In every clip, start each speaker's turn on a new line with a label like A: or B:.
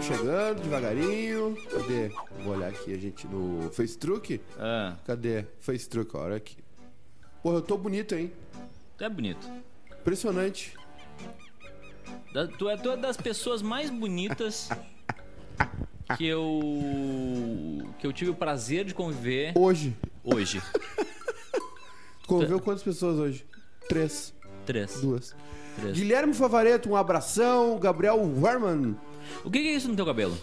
A: chegando devagarinho. Cadê? Vou olhar aqui a gente no Facebook.
B: Ah,
A: Cadê? Facebook, olha aqui. Porra, eu tô bonito, hein?
B: tu é bonito.
A: Impressionante.
B: Da- tu é tu é das pessoas mais bonitas que eu que eu tive o prazer de conviver
A: Hoje.
B: hoje.
A: Tu conviveu quantas pessoas hoje? Três.
B: Três.
A: Duas.
B: Três.
A: Guilherme Favareto, um abração. Gabriel Werman.
B: O que que é isso no teu cabelo?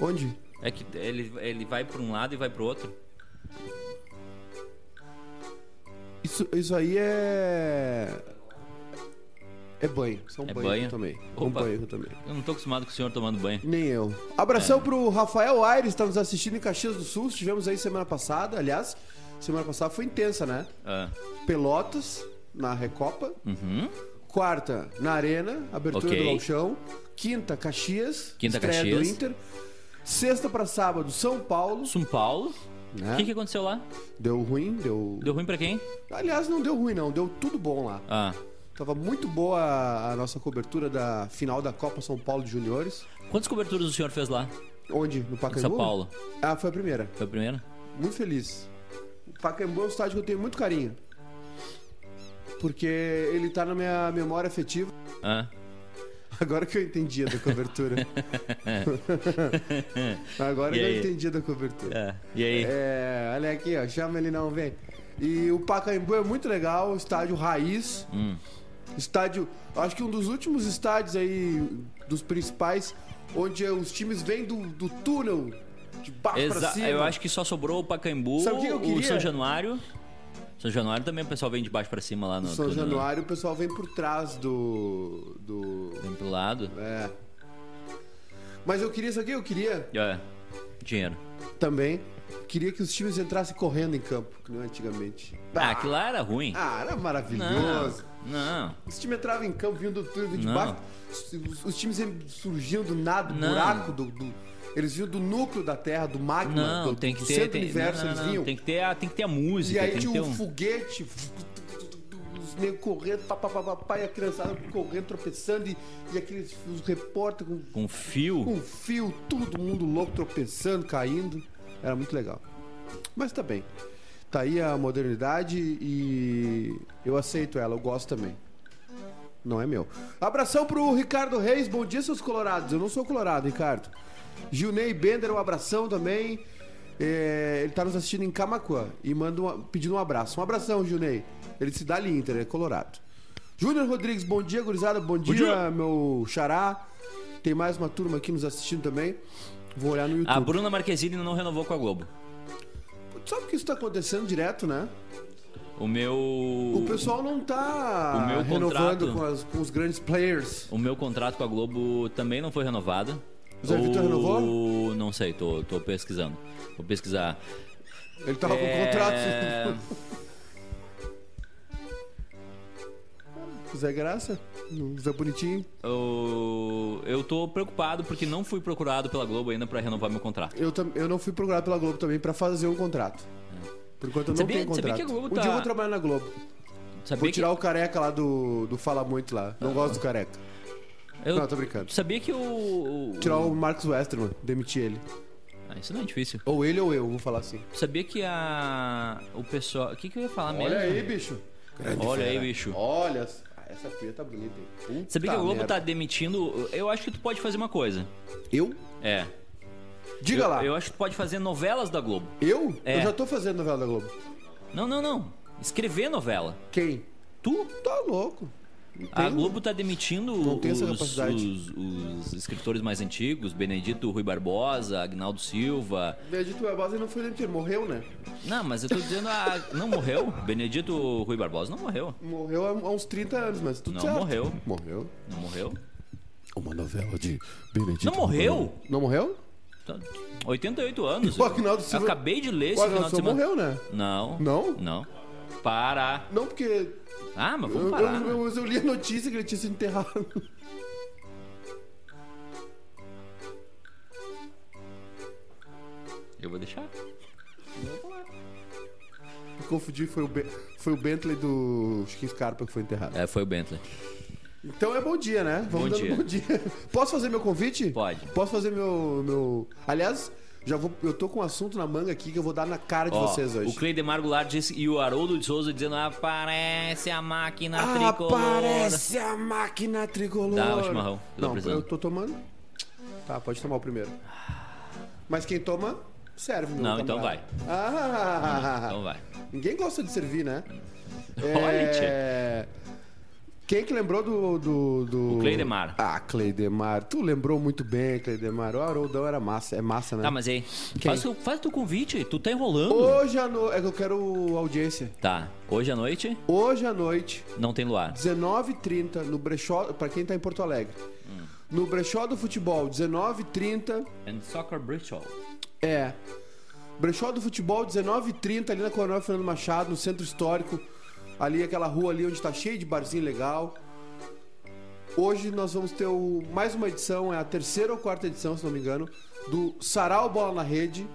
A: Onde?
B: É que ele, ele vai pra um lado e vai pro outro?
A: Isso, isso aí é. É banho. São
B: É
A: banho, que
B: banho?
A: eu tomei.
B: Opa.
A: Um banho que eu tomei.
B: Eu não tô acostumado com o senhor tomando banho.
A: Nem eu. Abração
B: É.
A: pro Rafael Aires, está nos assistindo em Caxias do Sul. Estivemos aí semana passada. Aliás, semana passada foi intensa, né?
B: Ah.
A: Pelotas, na Recopa.
B: Uhum.
A: Quarta, na Arena, abertura
B: Ok.
A: do Galchão. Quinta, Caxias,
B: Quinta,
A: estreia
B: Caxias.
A: do Inter. Sexta pra sábado, São Paulo.
B: São Paulo.
A: Né?
B: O que, que aconteceu lá?
A: Deu ruim, deu...
B: Deu ruim pra quem?
A: Aliás, não deu ruim, não. Deu tudo bom lá.
B: Ah.
A: Tava muito boa a nossa cobertura da final da Copa São Paulo de Juniores.
B: Quantas coberturas o senhor fez lá?
A: Onde? No Pacaembu?
B: Em São Paulo.
A: Ah, foi a primeira.
B: Foi a primeira?
A: Muito feliz. O Pacaembu é um estádio que eu tenho muito carinho. Porque ele tá na minha memória afetiva.
B: Ah.
A: Agora que eu entendi a da cobertura. Agora
B: E
A: que eu
B: aí?
A: entendi a da cobertura.
B: É. E aí?
A: É, olha aqui, ó, chama ele não, vem. E o Pacaembu é muito legal, estádio raiz.
B: Hum.
A: Estádio, acho que um dos últimos estádios aí, dos principais, onde os times vêm do, do túnel, de baixo pra
B: Exa
A: cima.
B: eu acho que só sobrou o Pacaembu,
A: Sabe o que eu
B: o
A: queria?
B: São Januário. São Januário também o pessoal vem de baixo pra cima lá no
A: São
B: tudo, né?
A: Januário, o pessoal vem por trás do... do...
B: Vem pro lado.
A: É. Mas eu queria, sabe o que eu queria?
B: É. Dinheiro.
A: Também, queria que os times entrassem correndo em campo, que não é antigamente.
B: Ah, aquilo lá era ruim.
A: Ah, era
B: não.
A: maravilhoso.
B: Não.
A: Os times entravam em campo, vinham do túnel de
B: Não.
A: baixo. Os, os times surgiam do nada, do
B: Não.
A: buraco, do, do- Eles vinham do núcleo da Terra, do magma,
B: Não,
A: do,
B: tem
A: do
B: que ter.
A: centro
B: Tem,
A: do universo,
B: não, não,
A: eles
B: não,
A: vinham.
B: tem que ter a, tem que ter
A: e
B: a música.
A: aí
B: tem que
A: tinha
B: ter
A: um
B: um.
A: foguete, os negros correndo, pá, pá, pá, pá, pá, e a criançada correndo, tropeçando, e, e aqueles os repórteres com,
B: Com fio.
A: com fio, Um todo mundo louco, tropeçando, caindo. Era muito legal. Mas tá bem. Tá aí a modernidade e eu aceito ela, eu gosto também. Não é meu. Abração pro Ricardo Reis, bom dia, seus colorados. Eu não sou colorado, Ricardo. Gilney Bender, um abração também. É, ele tá nos assistindo em Camacuã e manda uma- pedindo um abraço. Um abração, Gilney. Ele se dá ali Inter, é colorado. Júnior Rodrigues, bom dia, gurizada. Bom, dia,
B: dia.
A: Ah, meu xará. Tem mais uma turma aqui nos assistindo também. Vou olhar no YouTube.
B: A Bruna Marquezine não renovou com a Globo.
A: Tu Sabe que isso tá acontecendo direto, né?
B: O meu.
A: O pessoal não tá
B: O meu
A: renovando
B: contrato-
A: com, as- com os grandes players.
B: O meu contrato com a Globo também não foi renovado.
A: Zé Vitor renovou?
B: Não sei, tô, tô pesquisando. Vou pesquisar.
A: Ele tava com
B: É,
A: contrato. Zé Graça? Zé Bonitinho?
B: Eu, eu tô preocupado porque não fui procurado pela Globo ainda pra renovar meu contrato.
A: Eu, tam- eu não fui procurado pela Globo também pra fazer um contrato. Por enquanto eu não
B: Sabia-
A: tenho
B: sabia
A: contrato.
B: que a Globo
A: Um
B: tá-
A: dia eu vou trabalhar na Globo.
B: Sabia
A: Vou
B: que- Ah.
A: tirar o careca lá do, do Fala Muito lá. Não gosto do careca.
B: eu-
A: Não, tô brincando.
B: Sabia que o. o-
A: Tirar o Marcos Westerman, demitir ele.
B: Ah, isso não é difícil.
A: Ou ele ou eu, vou falar assim.
B: Sabia que a. O pessoal. O que, que eu ia falar mesmo?
A: Olha aí, bicho. Grande
B: Olha
A: fera.
B: aí, bicho.
A: Olha. Ah, Essa filha tá bonita, hein? Puta
B: Sabia que a Globo
A: merda.
B: tá demitindo. Eu acho que tu pode fazer uma coisa.
A: Eu?
B: É.
A: Diga
B: eu,
A: lá.
B: Eu acho que tu pode fazer novelas da Globo.
A: Eu?
B: É.
A: Eu já tô fazendo novela da Globo.
B: Não, não, não. Escrever novela.
A: Quem?
B: Tu?
A: Tá louco. Não
B: A
A: tem-
B: Globo tá demitindo
A: Não tem essa
B: os,
A: capacidade.
B: os- os escritores mais antigos, Benedito Rui Barbosa, Agnaldo Silva.
A: Benedito Barbosa não foi dentro, morreu, né?
B: Não, mas eu tô dizendo, a... não morreu? Benedito Rui Barbosa não morreu.
A: Morreu há há uns 30 anos, mas tudo
B: Não,
A: certo.
B: morreu.
A: Morreu.
B: Não morreu?
A: Uma novela de Benedito.
B: Não morreu?
A: Não morreu?
B: Tá- 88 anos.
A: O Agnaldo Silva-
B: Eu acabei de ler
A: O
B: esse final de
A: Agnaldo
B: semana.
A: morreu, né?
B: Não.
A: Não?
B: Não. Para.
A: Não, porque eu,
B: Ah, mas vamos
A: eu,
B: parar. né?
A: eu- eu li a notícia que ele tinha sido enterrado.
B: Eu vou deixar.
A: Eu confundi, foi o, Be- foi o Bentley do Chiquinho Scarpa que foi enterrado.
B: É, foi o Bentley.
A: Então é bom dia, né? Vamos
B: Bom
A: dando
B: dia.
A: bom dia. Posso fazer meu convite?
B: Pode.
A: Posso fazer meu. meu... Aliás, já vou, eu tô com um assunto na manga aqui que eu vou dar na cara de
B: Ó,
A: vocês hoje.
B: O Cleidemar Goulart disse, e o Haroldo de Souza dizendo: aparece a máquina é tricolor.
A: Aparece a máquina tricolor.
B: Dá o chimarrão, eu tô
A: Não,
B: precisando.
A: eu tô tomando. Tá, pode tomar o primeiro. Mas quem toma, serve, meu
B: Não, então
A: camarada.
B: vai.
A: Ah,
B: Então vai.
A: Ninguém gosta de servir, né?
B: Olha,
A: É... Quem que lembrou do... do, do...
B: O Cleidemar.
A: Ah, Cleidemar. Tu lembrou muito bem, Cleidemar. O Haroldão era massa. É massa, né?
B: Tá, mas aí. Faz, o- faz teu convite, tu tá enrolando.
A: Hoje à noite... É que eu quero audiência.
B: Tá, hoje à noite
A: Hoje à noite,
B: não tem luar.
A: 19h30, no brechó... Pra quem tá em Porto Alegre.
B: Hum.
A: No brechó do futebol, 19h30...
B: And Soccer Bristol.
A: É. Brechó do futebol, 19h30, ali na Coronel Fernando Machado, no centro histórico. Ali, aquela rua ali onde tá cheio de barzinho legal. Hoje nós vamos ter o- mais uma edição, é a terceira ou quarta edição, se não me engano, do Sarau Bola na Rede.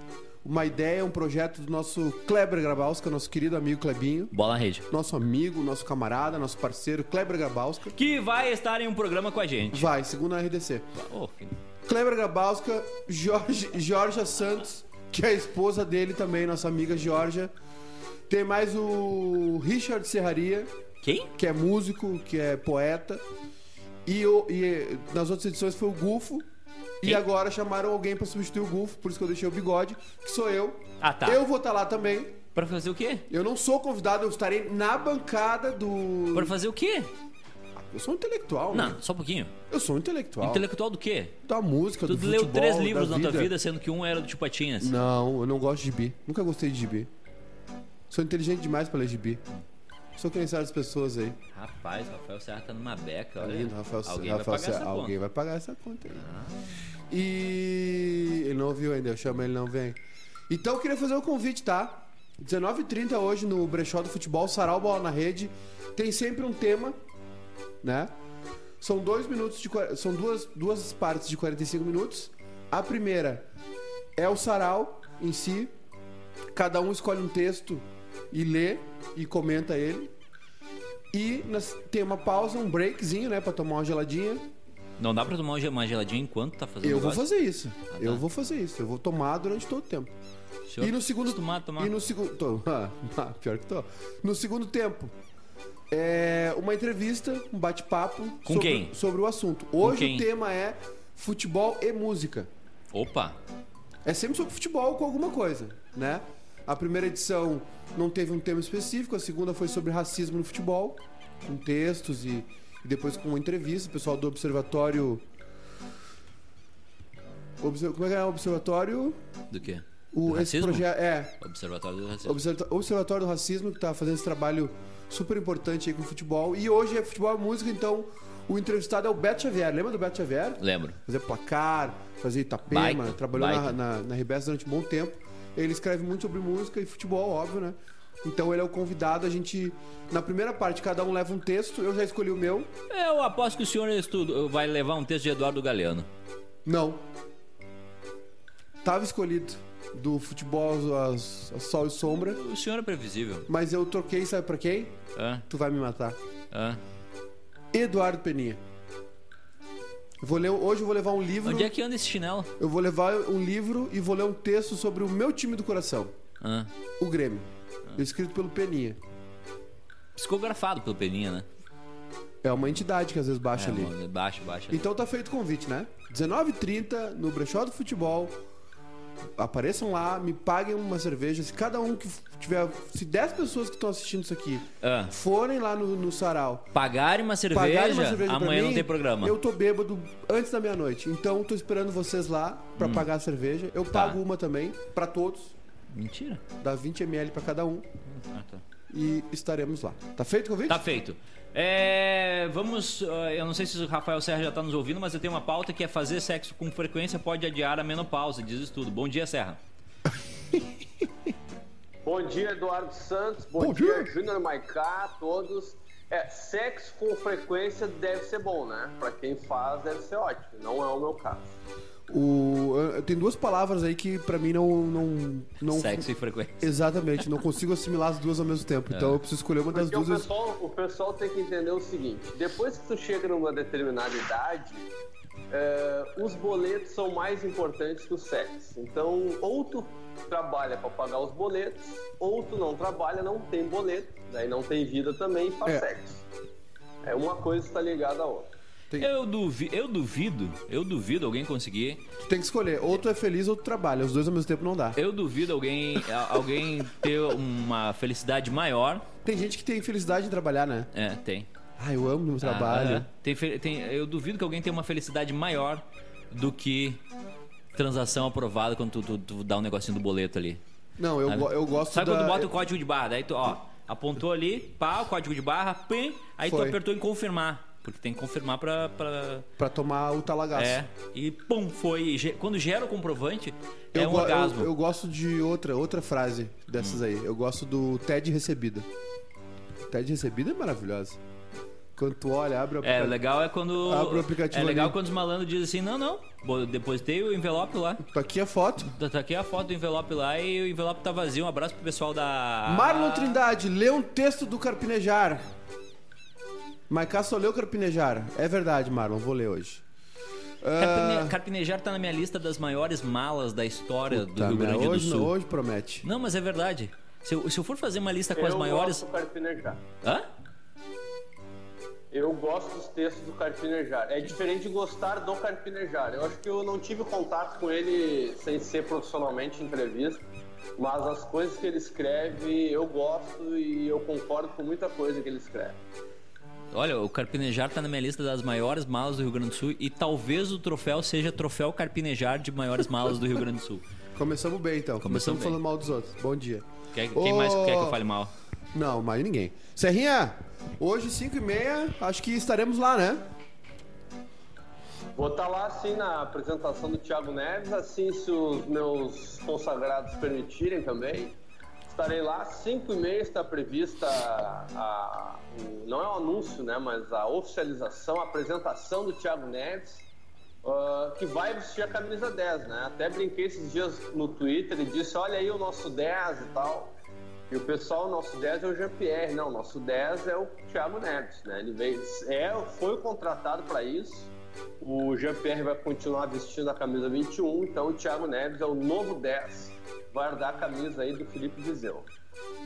A: Uma ideia, um projeto do nosso Kleber Grabalska, nosso querido amigo Klebinho.
B: Bola na rede.
A: Nosso amigo, nosso camarada, nosso parceiro, Kleber Grabalska.
B: Que vai estar em um programa com a gente.
A: Vai, segundo a RDC.
B: Ô, que-
A: Kleber Grabowska, Jorge, Georgia Santos, que é a esposa dele também, nossa amiga Georgia. Tem mais o Richard Serraria,
B: Quem?
A: que é músico, que é poeta. E, o- e nas outras edições foi o Gufo. E
B: Quem?
A: agora chamaram alguém pra substituir o Gufo, por isso que eu deixei o bigode, que sou eu.
B: Ah, tá.
A: Eu vou estar lá também.
B: Pra fazer o quê?
A: Eu não sou convidado, eu estarei na bancada do.
B: Pra fazer o quê?
A: Eu sou um intelectual, né?
B: Não, só um pouquinho.
A: Eu sou um intelectual.
B: Intelectual do quê?
A: Da música,
B: Tu
A: do
B: leu
A: futebol,
B: três livros
A: da
B: na tua vida, sendo que um era do Tio Patinhas.
A: Não, eu não gosto de gibi. Nunca gostei de gibi. Sou inteligente demais pra ler gibi. Sou conhecer as pessoas aí.
B: Rapaz, Rafael Serra tá numa beca.
A: Tá
B: olha.
A: lindo, Rafael Serra.
B: Alguém
A: Rafael
B: vai pagar
A: Serra,
B: essa Ah.
A: alguém vai pagar essa conta aí. E ele não ouviu ainda, eu chamo ele não vem. Então eu queria fazer um convite, tá? 19h30 hoje no Brechó do Futebol, Sarau Bola na Rede. Tem sempre um tema, né? São dois minutos de. quar- São duas, duas partes de 45 minutos. A primeira é o sarau em si. Cada um escolhe um texto e lê e comenta ele. E nas- tem uma pausa, um breakzinho, né? Pra tomar uma geladinha.
B: conta. Não dá pra tomar uma geladinha enquanto tá fazendo
A: Eu
B: o
A: vou
B: negócio?
A: fazer isso.
B: tá.
A: Eu vou fazer isso. Eu vou tomar durante todo o tempo.
B: Senhor,
A: E no segundo.
B: acostumado a tomar.
A: E no segundo. Tô, ah, pior que tô. No segundo tempo. É uma entrevista, um bate-papo
B: Com
A: sobre,
B: quem?
A: sobre o assunto. Hoje
B: quem?
A: o tema é futebol e música.
B: Opa,
A: É sempre sobre futebol com alguma coisa, né? A primeira edição não teve um tema específico, a segunda foi sobre racismo no futebol, com textos e, e depois com uma entrevista, o pessoal do observatório. Obser- Como é que é o observatório?
B: do quê?
A: O,
B: Do
A: esse
B: racismo?
A: projeto. É.
B: Observatório do racismo.
A: Observatório, observatório do Racismo, que tá fazendo esse trabalho super importante aí com o futebol. E hoje é futebol e música, então o entrevistado é o Beto Xavier. Lembra do Beto Xavier?
B: Lembro.
A: fazer placar, fazer Itapema,
B: Baita,
A: trabalhou na,
B: baita.
A: na, na RBS durante um bom tempo. Ele escreve muito sobre música e futebol, óbvio, né? Então ele é o convidado, a gente. Na primeira parte, cada um leva um texto, eu já escolhi o meu.
B: Eu aposto que o senhor estudo, vai levar um texto de Eduardo Galeano.
A: Não. Tava escolhido do futebol as, as sol e sombra,
B: O senhor é previsível.
A: mas eu troquei, sabe pra quem?
B: Hã?
A: Tu vai me matar.
B: Hã?
A: Eduardo Peninha. Eu vou ler, hoje eu vou levar um livro.
B: Onde é que anda esse chinelo?
A: Eu vou levar um livro e vou ler um texto sobre o meu time do coração.
B: Hã?
A: O Grêmio. Escrito pelo Peninha.
B: Psicografado pelo Peninha, né?
A: É uma entidade que às vezes baixa ali.
B: É, mano, Baixo, baixo.
A: Então tá feito o convite, né? 19h30 no Brechó do Futebol. Apareçam lá, me paguem uma cerveja. Se cada um que tiver. Se 10 pessoas que estão assistindo isso aqui
B: Hã?
A: forem lá no, no sarau.
B: Ah, Pagarem uma cerveja,
A: pagarem uma cerveja pra
B: amanhã
A: mim,
B: não tem programa.
A: Eu tô bêbado antes da meia-noite. Então tô esperando vocês lá pra pagar a cerveja. Eu
B: Hum. Tá.
A: pago uma também, pra todos.
B: Mentira.
A: Dá 20ml pra cada um.
B: Ah, tá.
A: E estaremos lá. Tá feito o convite?
B: Tá feito. É, vamos. ah, Eu não sei se o Rafael Serra já tá nos ouvindo, mas eu tenho uma pauta que é fazer sexo com frequência pode adiar a menopausa, diz o estudo. Bom dia, Serra.
C: Bom dia, Eduardo Santos. Bom,
A: Bom
C: dia,
A: dia.
C: Júnior Maicá, todos. É, sexo com frequência deve ser bom, né? Pra quem faz, deve ser ótimo. Não é o meu caso.
A: O, eh, tem duas palavras aí que pra mim não. não, não
B: Sexo e frequência.
A: Exatamente, não consigo assimilar as duas ao mesmo
B: É.
A: tempo. Então eu preciso escolher uma das
C: Porque o
A: duas. eu-
C: pessoal, o pessoal tem que entender o seguinte: depois que tu chega numa determinada idade, é, os boletos são mais importantes que o sexo. Então, ou tu trabalha pra pagar os boletos, ou tu não trabalha, não tem boleto, daí não tem vida também e faz
A: É.
C: sexo. É uma coisa está ligada à outra.
B: Eu, duvi eu duvido, eu duvido alguém conseguir.
A: Tu tem que escolher, ou tu é feliz ou tu trabalha. Os dois ao mesmo tempo não dá.
B: Eu duvido alguém, a- alguém ter uma felicidade maior.
A: Tem gente que tem felicidade em trabalhar, né?
B: É, tem.
A: Ah, eu amo meu trabalho.
B: Ah, tem, fe- tem- eu duvido que alguém tenha uma felicidade maior do que transação aprovada quando tu, tu- tu dá um negocinho do boleto ali.
A: Não, eu,
B: Sabe?
A: go- eu gosto
B: Sabe
A: da...
B: quando bota o código de barra? Daí tu, ó, apontou ali, pá, o código de barra, pim, aí tu
A: Foi.
B: apertou em confirmar. Porque tem que confirmar pra. pra-
A: Pra tomar o talagaço.
B: É. E pum, foi. E ge- Quando gera o comprovante, é
A: eu,
B: um
A: go-
B: orgasmo.
A: eu, eu gosto de outra, outra frase dessas aí. Eu gosto do TED recebida. TED recebida é maravilhosa. Quando tu olha, abre a
B: É, o legal é quando.
A: Abre o aplicativo
B: É legal
A: ali.
B: quando os malandros dizem assim: não, não, bo- depositei o envelope lá.
A: Tá aqui a foto.
B: Tá- Tá aqui a foto do envelope lá e o envelope tá vazio. Um abraço pro pessoal da.
A: Marlon Trindade, lê um texto do Carpinejar. Maiká só leu Carpinejar. É verdade, Marlon, vou ler hoje.
B: Carpine-
A: Ah.
B: Carpinejar tá na minha lista das maiores malas da história do
A: Tá,
B: Rio
A: mas
B: Grande do
A: hoje,
B: Sul.
A: não, hoje promete.
B: Não, mas é verdade. Se eu, se eu for fazer uma lista com as
C: eu
B: maiores.
C: gosto do carpinejar.
B: Hã?
C: Eu gosto dos textos do carpinejar. É diferente de gostar do carpinejar. Eu acho que eu não tive contato com ele sem ser profissionalmente em entrevista, mas as coisas que ele escreve eu gosto e eu concordo com muita coisa que ele escreve.
B: Olha, o Carpinejar tá na minha lista das maiores malas do Rio Grande do Sul e talvez o troféu seja troféu Carpinejar de maiores malas do Rio Grande do Sul.
A: Começamos bem, então. Começamos
B: Começamos bem.
A: falando mal dos outros. Bom dia.
B: Quem, quem mais
A: Ô,
B: quer que eu fale mal?
A: Não, mais ninguém. Serrinha, hoje 5 e meia, acho que estaremos lá, né?
C: Vou estar lá assim na apresentação do Thiago Neves, assim se os meus consagrados permitirem também. Estarei lá, 5 e meia está prevista a, o- não é um anúncio, né, mas a oficialização, a apresentação do Thiago Neves, ah, que vai vestir a camisa 10, né? Até brinquei esses dias no Twitter e disse, olha aí o nosso 10 e tal. E o pessoal, o nosso 10 é o Jean-Pierre, não, o nosso 10 é o Thiago Neves, né? Ele veio, é, foi contratado para isso. O Jean-Pierre vai continuar vestindo a camisa 21, então o Thiago Neves é o novo 10. Vai herdar a camisa aí do Felipe Vizeu.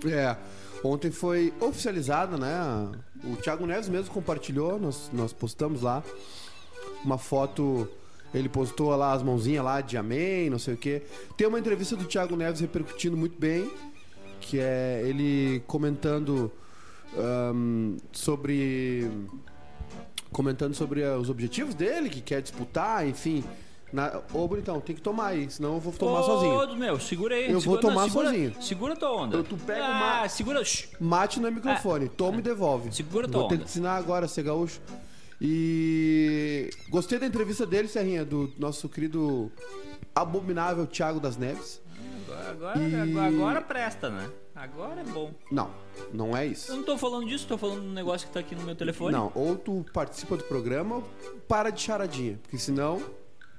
A: É. Ontem foi oficializada, né? O Thiago Neves mesmo compartilhou, nós, nós postamos lá uma foto. Ele postou lá as mãozinhas lá de amém, não sei o quê. Tem uma entrevista do Thiago Neves repercutindo muito bem, que é ele comentando ahn, sobre. Comentando sobre ah, os objetivos dele, que quer disputar, enfim. Na... Ô, Bonitão, tem que tomar aí, senão eu vou tomar
B: Ô,
A: sozinho.
B: meu, segura aí.
A: Eu vou
B: segura- não,
A: tomar
B: segura-
A: sozinho.
B: Segura tua onda.
A: Eu- tu pega
B: ah,
A: uma-
B: segura. shh.
A: Mate no microfone, toma e devolve.
B: Segura tua
A: Vou ter
B: onda.
A: que ensinar agora a ser gaúcho. E gostei da entrevista dele, Serrinha, do nosso querido abominável Thiago das Neves.
B: Agora,
A: E-
B: agora presta, né? Agora é bom.
A: Não, não é
B: Eu
A: isso.
B: não tô falando disso, tô falando do negócio que tá aqui no meu telefone.
A: Não, ou tu participa do programa ou para de charadinha, porque senão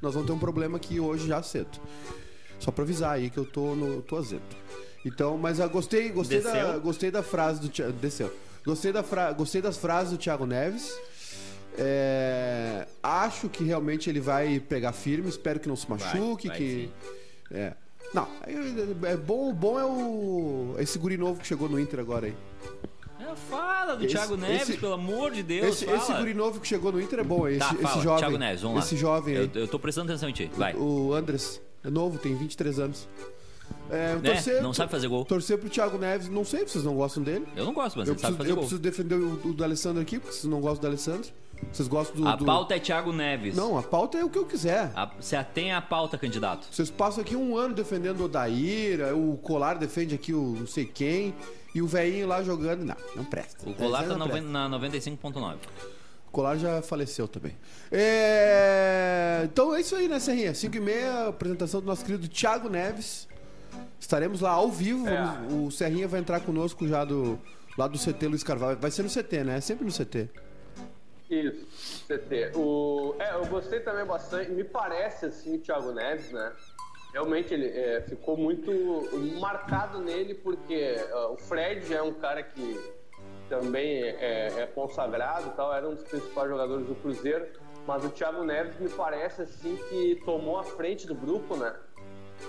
A: nós vamos ter um problema aqui hoje já cedo. Só pra avisar aí que eu tô no eu tô azedo. Então, mas eu gostei, gostei da,
B: Desceu?
A: gostei da frase do Thiago, desceu. Gostei da fra, gostei das frases do Thiago Neves. É, acho que realmente ele vai pegar firme, espero que não se machuque,
B: vai
A: que
B: sim.
A: é. Não, é é bom, bom é o esse guri novo que chegou no Inter agora aí.
B: É, fala do
A: Esse-
B: Thiago Neves,
A: esse-
B: pelo amor de Deus.
A: Esse,
B: fala.
A: esse guri novo que chegou no Inter é bom, esse,
B: Tá,
A: esse
B: fala,
A: jovem.
B: Thiago Neves, vamos lá.
A: Esse jovem aí.
B: Eu, eu tô prestando atenção em ti, vai.
A: O Andres, é novo, tem 23 anos. É,
B: Né?
A: torcer,
B: Não sabe fazer gol.
A: torcer pro Thiago Neves, não sei, vocês não gostam dele.
B: Eu não gosto, mas
A: Eu
B: ele
A: preciso,
B: sabe
A: eu
B: fazer gol.
A: preciso defender o, o do Alessandro aqui, porque vocês não gostam do Alessandro. Vocês gostam do.
B: A
A: do-
B: pauta é Ah. Thiago Neves.
A: Não, a pauta é o que eu quiser.
B: A- Você atém a pauta, candidato.
A: Vocês passam aqui um ano defendendo o Odaíra, o Colar defende aqui o não sei quem, e o velhinho lá jogando. Não, não presta.
B: O Colar tá
A: Não presta.
B: noven- na 95.9.
A: Colar já faleceu também. É, Então é isso aí, né, Serrinha? 5 e meia, apresentação do nosso querido Thiago Neves. Estaremos lá ao vivo.
C: É.
A: vamos- O Serrinha vai entrar conosco já do lá do CT Luiz Carvalho. Vai ser no CT, né? É sempre no CT.
C: Isso, CT. O... É, eu gostei também bastante. Me parece assim o Thiago Neves, né? Realmente ele é, ficou muito marcado nele porque ah, o Fred é um cara que também é, é consagrado e tal, era um dos principais jogadores do Cruzeiro, mas o Thiago Neves me parece assim que tomou a frente do grupo, né?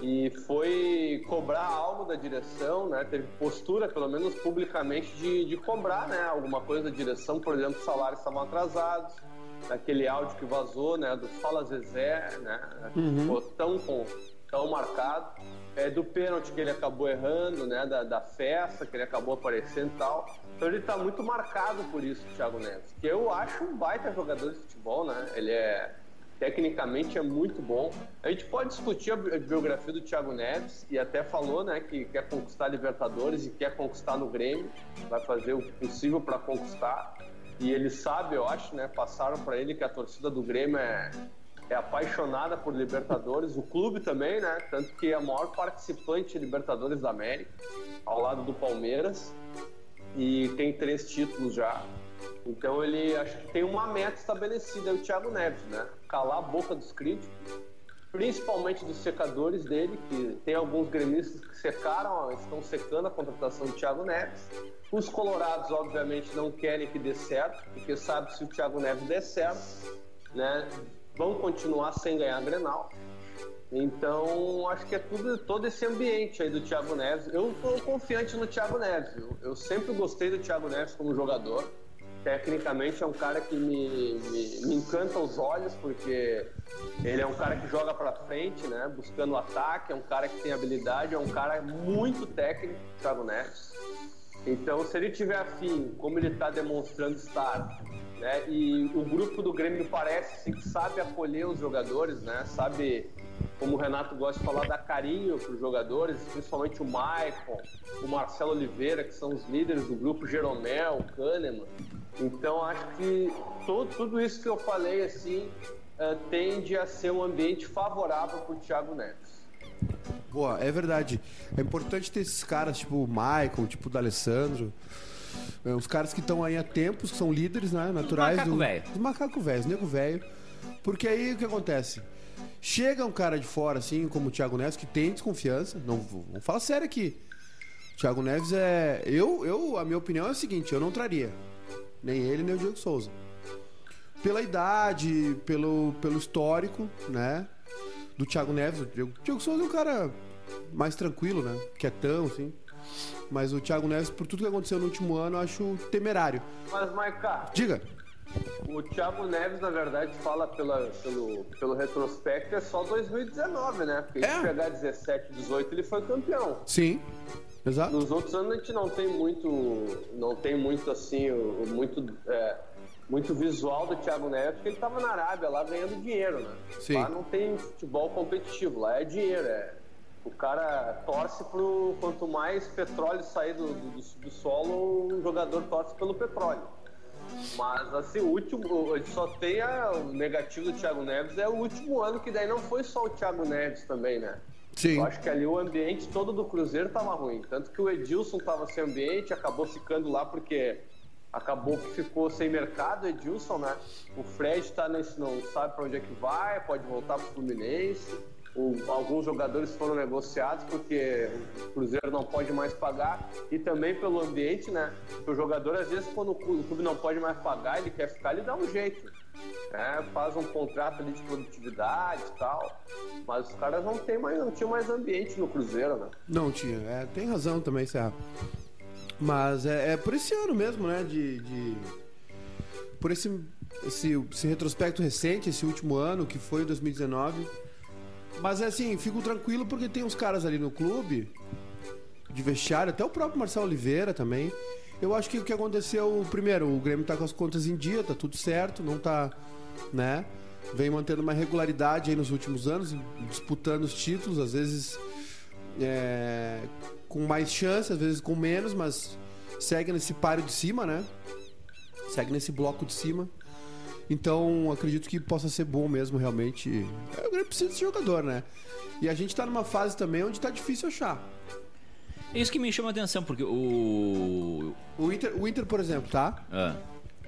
C: E foi cobrar algo da direção, né? Teve postura, pelo menos publicamente, de, de cobrar, né? Alguma coisa da direção, por exemplo, os salários estavam atrasados, naquele áudio que vazou, né? Do Fala Zezé, né? Ficou tão, com- tão marcado. É, do pênalti que ele acabou errando, né? Da, da festa que ele acabou aparecendo e tal. Então ele tá muito marcado por isso, o Thiago Neves. Que eu acho um baita jogador de futebol, né? Ele é tecnicamente é muito bom. A gente pode discutir a bi- a biografia do Thiago Neves e até falou, né, que quer conquistar a Libertadores e quer conquistar no Grêmio, vai fazer o possível para conquistar. E ele sabe, eu acho, né, passaram para ele que a torcida do Grêmio é é apaixonada por Libertadores, o clube também, né? Tanto que é a maior participante de Libertadores da América, ao lado do Palmeiras e tem três títulos já. Então ele acho que tem uma meta estabelecida, é o Thiago Neves, né? Calar a boca dos críticos, principalmente dos secadores dele, que tem alguns gremistas que secaram, estão secando a contratação do Thiago Neves. Os colorados, obviamente, não querem que dê certo, porque sabe se o Thiago Neves der certo, né? Vão continuar sem ganhar a Grenal. Então, acho que é tudo, todo esse ambiente aí do Thiago Neves. Eu tô confiante no Thiago Neves. viu? Eu, sempre gostei do Thiago Neves como jogador. Tecnicamente é um cara que me, me, me encanta os olhos, porque ele é um cara que joga pra frente, né? Buscando o ataque, é um cara que tem habilidade, é um cara muito técnico, o Thiago Neves. Então, se ele tiver afim, como ele está demonstrando estar, né, e o grupo do Grêmio parece assim, que sabe acolher os jogadores, né, sabe, como o Renato gosta de falar, dar carinho para os jogadores, principalmente o Maicon, o Marcelo Oliveira, que são os líderes do grupo, Jeromel, o Kahneman. Então, acho que to- tudo isso que eu falei assim eh, tende a ser um ambiente favorável para o Thiago Neves.
A: Boa, é verdade. É importante ter esses caras, tipo o Michael, tipo o D'Alessandro. É, os caras que estão aí há tempos, que são líderes, né? Naturais
B: macaco
A: do.
B: velho.
A: Os macaco velho, os nego velho. Porque aí o que acontece? Chega um cara de fora, assim, como o Thiago Neves, que tem desconfiança. Não, vou- vamos falar sério aqui. O Thiago Neves é. Eu, eu, a minha opinião é a seguinte, eu não traria. Nem ele, nem o Diego Souza. Pela idade, pelo, pelo histórico, né? do Thiago Neves. O Diego, o Diego Souza é um cara mais tranquilo, né? Quietão, assim. Mas o Thiago Neves, por tudo que aconteceu no último ano, eu acho temerário.
C: Mas, Maiká,
A: Diga.
C: O Thiago Neves, na verdade, fala pela- pelo, pelo retrospecto, é só 2019, né? Porque
A: É.
C: se pegar 17, 18, ele foi campeão.
A: Sim. Exato.
C: Nos outros anos a gente não tem muito, não tem muito assim, o- o muito, é, muito visual do Thiago Neves, porque ele tava na Arábia lá ganhando dinheiro, né?
A: Sim.
C: Lá não tem futebol competitivo, lá é dinheiro, é. O cara torce pro. Quanto mais petróleo sair do, do, do subsolo, o jogador torce pelo petróleo. Mas assim, o último. ele Só tem a- o negativo do Thiago Neves é o último ano, que daí não foi só o Thiago Neves também, né?
A: Sim.
C: Eu acho que ali o ambiente todo do Cruzeiro tava ruim. Tanto que o Edilson tava sem ambiente, acabou ficando lá porque acabou que ficou sem mercado, o Edilson, né? O Fred tá nesse, não sabe pra onde é que vai, pode voltar pro Fluminense. O- alguns jogadores foram negociados porque o Cruzeiro não pode mais pagar e também pelo ambiente, né? Porque O jogador, às vezes, quando o clu- o clube não pode mais pagar, ele quer ficar, ele dá um jeito né? Faz um contrato ali de produtividade e tal. Mas os caras não tem mais, não tinham mais ambiente no Cruzeiro, né?
A: Não tinha. É, tem razão também, Serra. Mas é, é por esse ano mesmo, né? De. de- Por esse, esse, esse retrospecto recente, esse último ano, que foi 2019. Mas é assim, fico tranquilo porque tem uns caras ali no clube de vestiário, até o próprio Marcelo Oliveira também. Eu acho que o que aconteceu, primeiro, o Grêmio tá com as contas em dia, tá tudo certo, não tá, né? Vem mantendo uma regularidade aí nos últimos anos, disputando os títulos, às vezes é, com mais chance, às vezes com menos, mas segue nesse páreo de cima, né? Segue nesse bloco de cima. Então, acredito que possa ser bom mesmo, realmente. É, O Grêmio precisa desse jogador, né? E a gente tá numa fase também onde tá difícil achar.
B: É isso que me chama a atenção, porque o.
A: O Inter, o Inter por exemplo, tá?
B: Ah,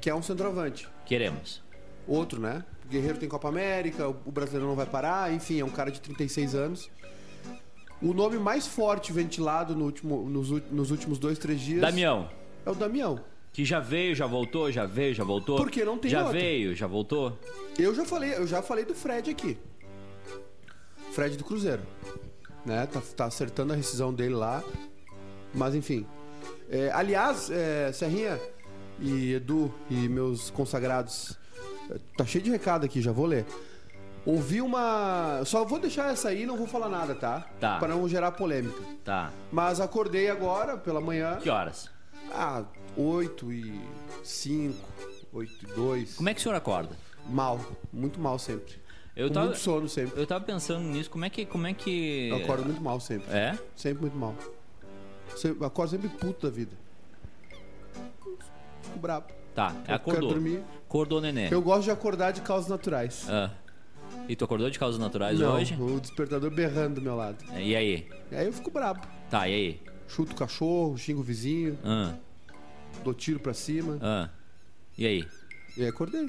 A: quer um centroavante.
B: Queremos.
A: Outro, né? O Guerreiro tem Copa América, o brasileiro não vai parar, enfim, é um cara de 36 anos. O nome mais forte ventilado no último, nos, ú- nos últimos dois, três dias
B: Damião,
A: é o Damião.
B: que já veio, já voltou, já veio, já voltou.
A: Porque não tem
B: Já
A: outro.
B: veio, já voltou.
A: Eu já falei, eu já falei do Fred aqui. Fred do Cruzeiro. Né? Tá, tá acertando a rescisão dele lá. Mas enfim. É, aliás, é, Serrinha e Edu e meus consagrados. é, Tá cheio de recado aqui, já vou ler. Ouvi uma. Só vou deixar essa aí não vou falar nada, tá?
B: Tá.
A: Pra não gerar polêmica.
B: Tá.
A: Mas acordei agora, pela manhã.
B: Que horas?
A: Ah, 8 e 5, 8 e 2.
B: Como é que o senhor acorda?
A: Mal, muito mal sempre.
B: Eu
A: Com
B: tava-
A: muito sono sempre.
B: Eu tava pensando nisso, como é que. Como é que.
A: Eu acordo muito mal sempre.
B: É?
A: Sempre muito mal. Sempre, eu acordo sempre puto da vida. Fico brabo.
B: Tá, acordou.
A: quero dormir.
B: Acordou, neném.
A: Eu gosto de acordar de causas naturais.
B: Ah. E tu acordou de causas naturais
A: Não,
B: hoje?
A: O despertador berrando do meu lado.
B: E aí?
A: Aí eu fico brabo.
B: Tá, e aí?
A: Chuto o cachorro, xingo o vizinho,
B: Ah,
A: dou tiro pra cima.
B: ah. E aí?
A: E aí acordei.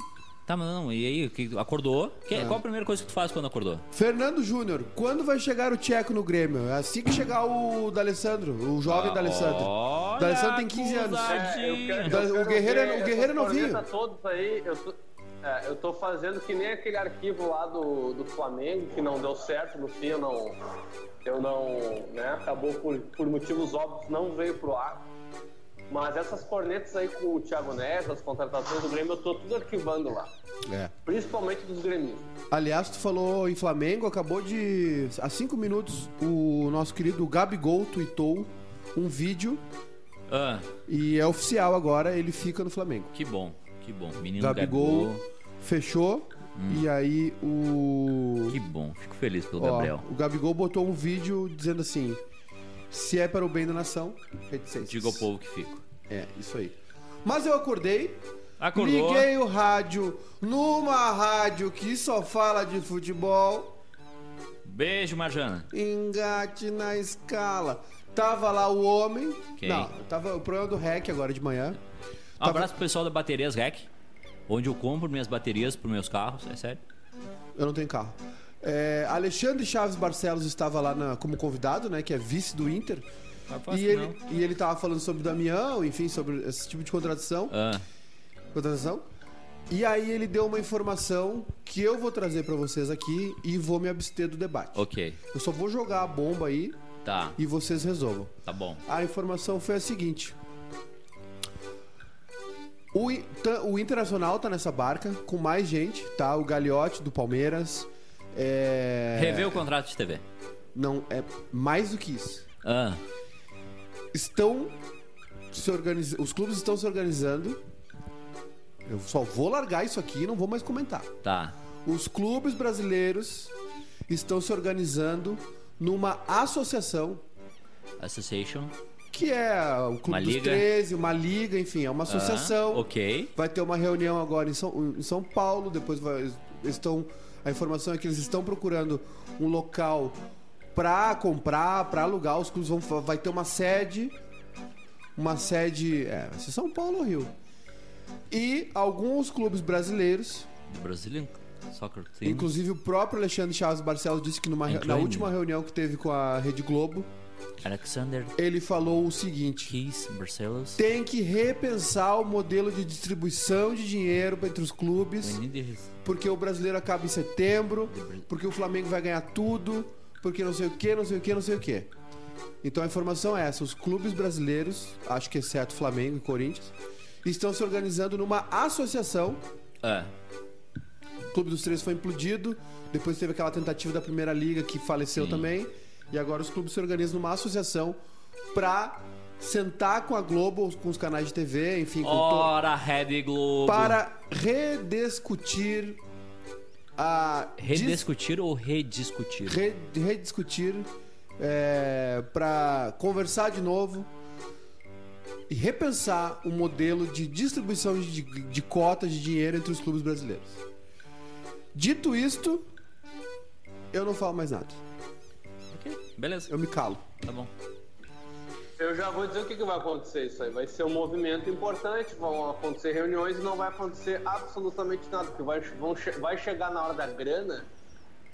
B: Tá, mas não, e aí? Que- Acordou? Que-
A: Ah.
B: Qual a primeira coisa que tu faz quando acordou?
A: Fernando Júnior, quando vai chegar o Tcheco no Grêmio? Assim que chegar o D'Alessandro, o
B: Ah,
A: jovem D'Alessandro.
B: Olha,
A: D'Alessandro tem 15 anos.
B: acusadinho.
C: É, eu quero-
A: Da-
C: eu
A: o
C: quero
A: Guerreiro é-
C: ver
A: o Guerreiro é
C: essas
A: novinho.
C: cornetas todas aí, eu tô, é, eu tô fazendo que nem aquele arquivo lá do, do Flamengo, que não deu certo no fim, eu não. Eu não. Né, acabou por, por motivos óbvios, não veio pro ar. Mas essas cornetas aí com o Thiago Neves, as contratações do Grêmio, eu tô tudo arquivando lá.
A: É.
C: Principalmente dos gremistas.
A: Aliás, tu falou em Flamengo, acabou de. Há cinco minutos, o nosso querido Gabigol tweetou um vídeo
B: Ah,
A: e é oficial agora, ele fica no Flamengo.
B: que bom, que bom. Menino
A: Gabigol,
B: Gabigol. Hum.
A: fechou e aí o.
B: Que bom, fico feliz pelo
A: Ó,
B: Gabriel.
A: o Gabigol botou um vídeo dizendo assim: se é para o bem da nação, reticências.
B: Diga ao povo que fico.
A: É, isso aí. Mas eu acordei,
B: Acordou.
A: liguei o rádio numa rádio que só fala de futebol.
B: Beijo, Marjana.
A: Engate na escala. Tava lá o homem.
B: Quem?
A: Não, tava o programa do REC agora de manhã.
B: Um
A: Tava-
B: abraço pro pessoal da Baterias Rec, onde eu compro minhas baterias pros meus carros, é sério.
A: Eu não tenho carro. É, Alexandre Chaves Barcelos estava lá na- como convidado, né? Que é vice do Inter.
B: Tá
A: E
B: fácil,
A: ele,
B: não.
A: e ele tava falando sobre o Damião, enfim, sobre esse tipo de contradição.
B: Ah,
A: Contratação. E aí ele deu uma informação que eu vou trazer pra vocês aqui e vou me abster do debate.
B: ok.
A: Eu só vou jogar a bomba aí
B: Tá,
A: e vocês resolvam.
B: tá bom.
A: A informação foi a seguinte. O, I- tá- o Internacional tá nessa barca com mais gente, tá? O Gagliotti do Palmeiras. É.
B: Revê o contrato de TV.
A: Não, é mais do que isso.
B: Ah,
A: Estão se organizando. Os clubes estão se organizando. Eu só vou largar isso aqui e não vou mais comentar.
B: tá.
A: Os clubes brasileiros estão se organizando numa associação
B: Association.
A: que é o Clube
B: Uma
A: dos
B: liga.
A: 13, uma liga, enfim, é uma
B: Ah,
A: associação.
B: ok.
A: Vai ter uma reunião agora em São, em São Paulo, depois vai- eles estão. A informação é que eles estão procurando um local pra comprar, pra alugar. Os clubes vão fa- vai ter uma sede. Uma sede. É, vai ser São Paulo ou Rio. E alguns clubes brasileiros,
B: The Brazilian Soccer Team.
A: inclusive o próprio Alexandre Chaves Barcelos disse que numa re- na
B: Incluindo.
A: última reunião que teve com a Rede Globo,
B: Alexander
A: ele falou o seguinte:
B: Keys Barcelos.
A: tem que repensar o modelo de distribuição de dinheiro entre os clubes.
B: We need his-
A: porque o brasileiro acaba em setembro, porque o Flamengo vai ganhar tudo, porque não sei o que, não sei o que, não sei o que. Então a informação é essa: os clubes brasileiros, acho que exceto Flamengo e Corinthians, estão se organizando numa associação.
B: Ah,
A: O Clube dos Três foi implodido, depois teve aquela tentativa da Primeira Liga que faleceu também, e agora os clubes se organizam numa associação pra sentar com a Globo, com os canais de TV, enfim, com to-
B: Ora, Red Globo.
A: para rediscutir a dis-
B: Rediscutir ou rediscutir?
A: re- rediscutir é, para conversar de novo e repensar o modelo de distribuição de, de cotas de dinheiro entre os clubes brasileiros. Dito isto, eu não falo mais nada.
B: Ok, beleza.
A: Eu me calo.
B: Tá bom.
C: Eu já vou dizer o que, que vai acontecer isso aí. Vai ser um movimento importante, vão acontecer reuniões e não vai acontecer absolutamente nada, porque vai, vão che- vai chegar na hora da grana,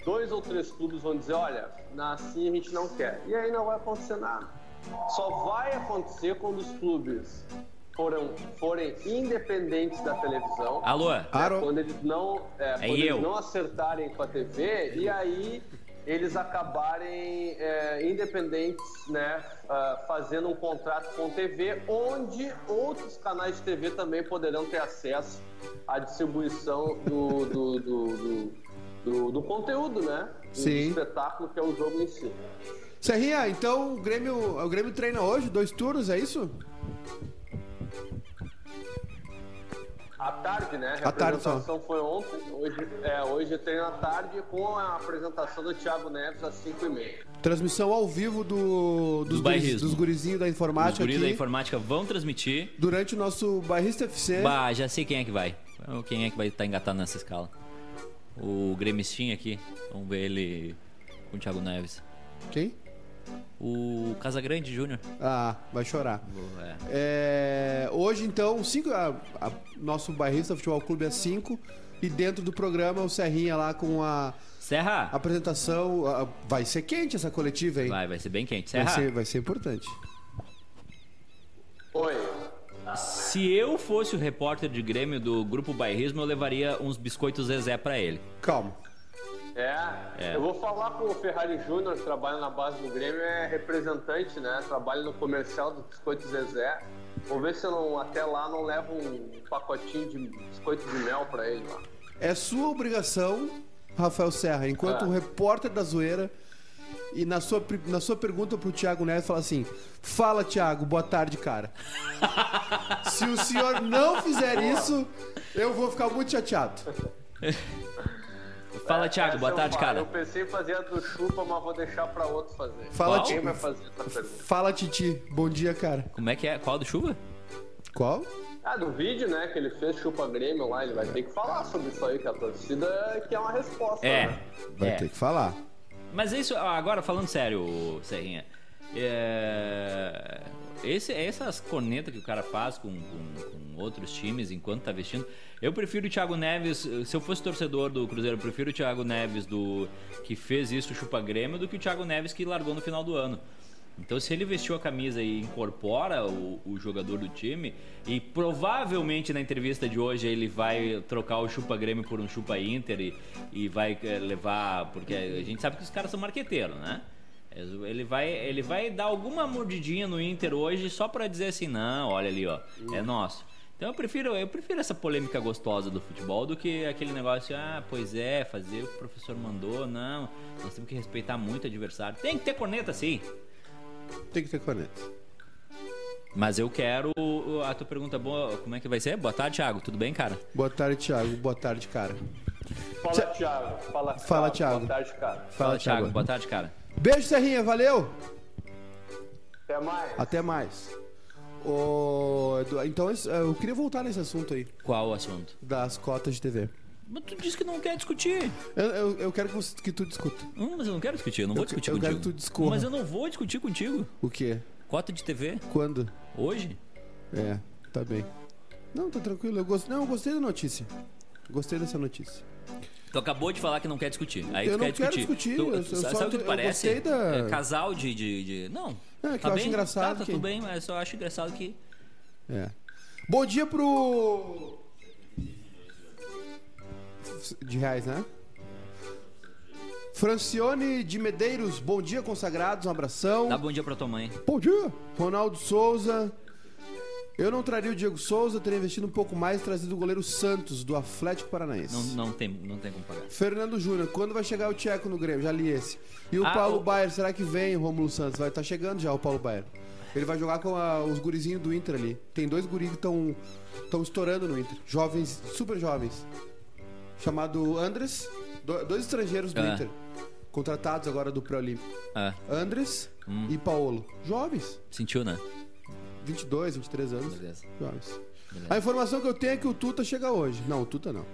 C: dois ou três clubes vão dizer, olha, na assim a gente não quer. E aí não vai acontecer nada. Só vai acontecer quando os clubes foram, forem independentes da televisão.
B: Alô?
A: Aro,
C: É, Quando eles não, é, quando
B: eu.
C: eles não acertarem com a TV, e aí eles acabarem é, independentes, né? ah, fazendo um contrato com TV, onde outros canais de TV também poderão ter acesso à distribuição do, do, do, do, do- do conteúdo, né? Do
A: Sim.
C: espetáculo que é o jogo em si.
A: Serrinha, então o Grêmio, o Grêmio treina hoje, dois turnos, é isso?
C: À tarde, né?
A: À tarde só.
C: A apresentação foi ontem, hoje, é, hoje tem à tarde com a apresentação do Thiago Neves às 5h30.
A: Transmissão ao vivo do, dos,
B: Do
A: guris-
B: bairrismo.
A: dos gurizinhos da
B: Os
A: informática
B: guris da
A: aqui,
B: informática vão transmitir.
A: durante o nosso Bairrista FC.
B: Bah, já sei quem é que vai. Quem é que vai estar engatado nessa escala? O Gremistinho aqui. Vamos ver ele com o Thiago Neves.
A: Quem?
B: O Casagrande Júnior.
A: Ah, vai chorar.
B: É.
A: É, hoje, então, cinco, a, a- nosso Bairrista Futebol Clube é 5. E dentro do programa, o Serrinha lá com a
B: Serra!
A: apresentação. a- vai ser quente essa coletiva, hein?
B: Vai, vai ser bem quente.
A: Vai
B: Serra,
A: ser, vai ser importante.
C: Oi.
B: se eu fosse o repórter de Grêmio do Grupo Bairrismo, eu levaria uns biscoitos Zezé pra ele.
A: Calma.
C: É. eu vou falar com o Ferrari Júnior, que trabalha na base do Grêmio, é representante, né? Trabalha no comercial do Biscoito Zezé. Vou ver se eu não, até lá não levo um pacotinho de biscoito de mel pra ele lá.
A: É sua obrigação, Rafael Serra, enquanto
C: Ah.
A: um repórter da zoeira, e na sua, pri- na sua pergunta pro Thiago Neves, fala assim: Fala, Thiago, boa tarde, cara. Se o senhor não fizer isso, eu vou ficar muito chateado.
B: Fala, Thiago.
C: Essa
B: Boa
C: eu
B: tarde,
C: falo.
B: cara.
C: Eu pensei em fazer a do chupa, mas vou deixar pra outro fazer.
A: Fala,
B: Qual?
A: Ti-
C: Quem vai fazer essa pergunta?
A: Fala, Titi. Bom dia, cara.
B: Como é que é? Qual do chuva?
A: Qual?
C: Ah, do vídeo, né, que ele fez chupa Grêmio lá, ele vai ter que falar sobre isso aí, que a torcida quer uma resposta,
B: É.
C: né?
A: Vai
B: é.
A: ter que falar.
B: Mas é isso, agora falando sério, Serrinha. é, Esse, essas cornetas que o cara faz com, com- com outros times enquanto tá vestindo. Eu prefiro o Thiago Neves. Se eu fosse torcedor do Cruzeiro, eu prefiro o Thiago Neves do que fez isso, chupa Grêmio, do que o Thiago Neves que largou no final do ano. Então, se ele vestiu a camisa e incorpora o, o jogador do time, e provavelmente na entrevista de hoje ele vai trocar o Chupa Grêmio por um Chupa Inter e, e vai eh, levar. Porque a gente sabe que os caras são marqueteiros, né? Ele vai, ele vai dar alguma mordidinha no Inter hoje só pra dizer assim: não, olha ali, ó, é nosso. Então eu prefiro, eu prefiro essa polêmica gostosa do futebol do que aquele negócio, ah, pois é, fazer o que o professor mandou, não. Nós temos que respeitar muito o adversário. Tem que ter corneta, sim.
A: Tem que ter corneta.
B: Mas eu quero. A tua pergunta boa, como é que vai ser? Boa tarde, Thiago. Tudo bem, cara?
A: Boa tarde, Thiago. Boa tarde, cara.
C: Fala, Thiago. Fala,
A: Fala, Thiago.
C: Boa tarde, cara.
A: Fala, Thiago.
B: Boa tarde, cara.
A: Beijo, Serrinha. Valeu.
C: Até mais.
A: Até mais. Ô, Edu- então, esse- eu queria voltar nesse assunto aí
B: Qual o assunto?
A: das cotas de TV.
B: Mas tu disse que não quer discutir.
A: Eu, eu- eu quero que, você- que tu discuta.
B: Hum, mas eu não quero discutir, eu não vou
A: Eu que-
B: discutir
A: eu
B: contigo.
A: quero que tu discorra.
B: Mas eu não vou discutir contigo.
A: O quê?
B: Cota de TV?
A: Quando?
B: Hoje?
A: É, tá bem. Não, tá tranquilo. Eu gost... Não, eu gostei da notícia. Gostei dessa notícia.
B: Tu acabou de falar que não quer discutir. Aí
A: Eu
B: tu
A: não
B: quer
A: quero
B: discutir.
A: discutir,
B: Tu,
A: eu- eu
B: tu, sabe
A: só-
B: o que
A: eu
B: tu parece?
A: gostei da-
B: É, casal de, de, de- Não.
A: É, que
B: tá
A: eu acho
B: bem?
A: engraçado
B: Tá, tá
A: que-
B: tudo bem, mas eu só acho engraçado que.
A: É. Bom dia pro. De reais, né? Francione de Medeiros, bom dia, consagrados, um abração.
B: Dá bom dia pra tua mãe.
A: Bom dia! Ronaldo Souza. Eu não traria o Diego Souza, teria investido um pouco mais e trazido o goleiro Santos, do Atlético Paranaense.
B: Não, não, tem, não tem como pagar.
A: Fernando Júnior, quando vai chegar o Tcheco no Grêmio? Já li esse. E o
B: Ah,
A: Paulo
B: o-
A: Baier, será que vem, Romulo Santos? Vai estar chegando já o Paulo Baier. Ele vai jogar com a- os gurizinhos do Inter ali. Tem dois guris que estão estourando no Inter. Jovens, super jovens. Chamado Andres, do- dois estrangeiros do
B: Ah.
A: Inter. Contratados agora do Pré-Olímpico.
B: Ah,
A: Andres
B: Hum.
A: e Paolo. Jovens.
B: sentiu, né?
A: 22, 23 anos.
B: Beleza.
A: Jovens. A informação que eu tenho é que o Tuta chega hoje. Não, o Tuta não.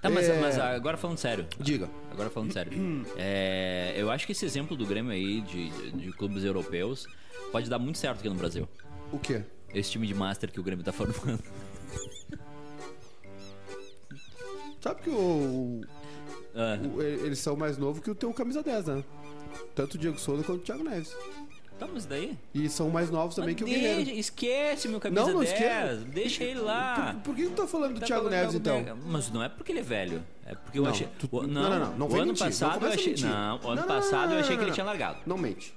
B: Tá, mas,
A: É.
B: mas agora falando sério.
A: Diga.
B: Agora falando sério. É, eu acho que esse exemplo do Grêmio aí, de, de clubes europeus, pode dar muito certo aqui no Brasil.
A: O quê?
B: Esse time de Master que o Grêmio tá formando.
A: Sabe que o,
B: Ah,
A: o- ele- eles são mais novos que o teu camisa 10, né? Tanto o Diego Souza quanto o Thiago Neves.
B: tá, mas daí?
A: E são mais novos também
B: Mas
A: que o
B: deixa-
A: Guerreiro.
B: Esquece meu camisa
A: Não, não
B: 10.
A: esquece.
B: Deixa ele lá.
A: Por, por que tu tá falando do
B: Tá
A: Thiago
B: falando
A: Neves,
B: de
A: então?
B: algo meio- Mas não é porque ele é velho. É porque eu
A: Não,
B: achei.
A: tu-
B: o-
A: não, não, não, não
B: o
A: vem
B: ano
A: mentir, não
B: passado eu
A: começa a
B: achei.
A: mentir.
B: Não, o
A: Não,
B: ano
A: não,
B: passado
A: não,
B: eu
A: não,
B: achei que
A: não,
B: ele
A: não.
B: tinha largado.
A: Não mente.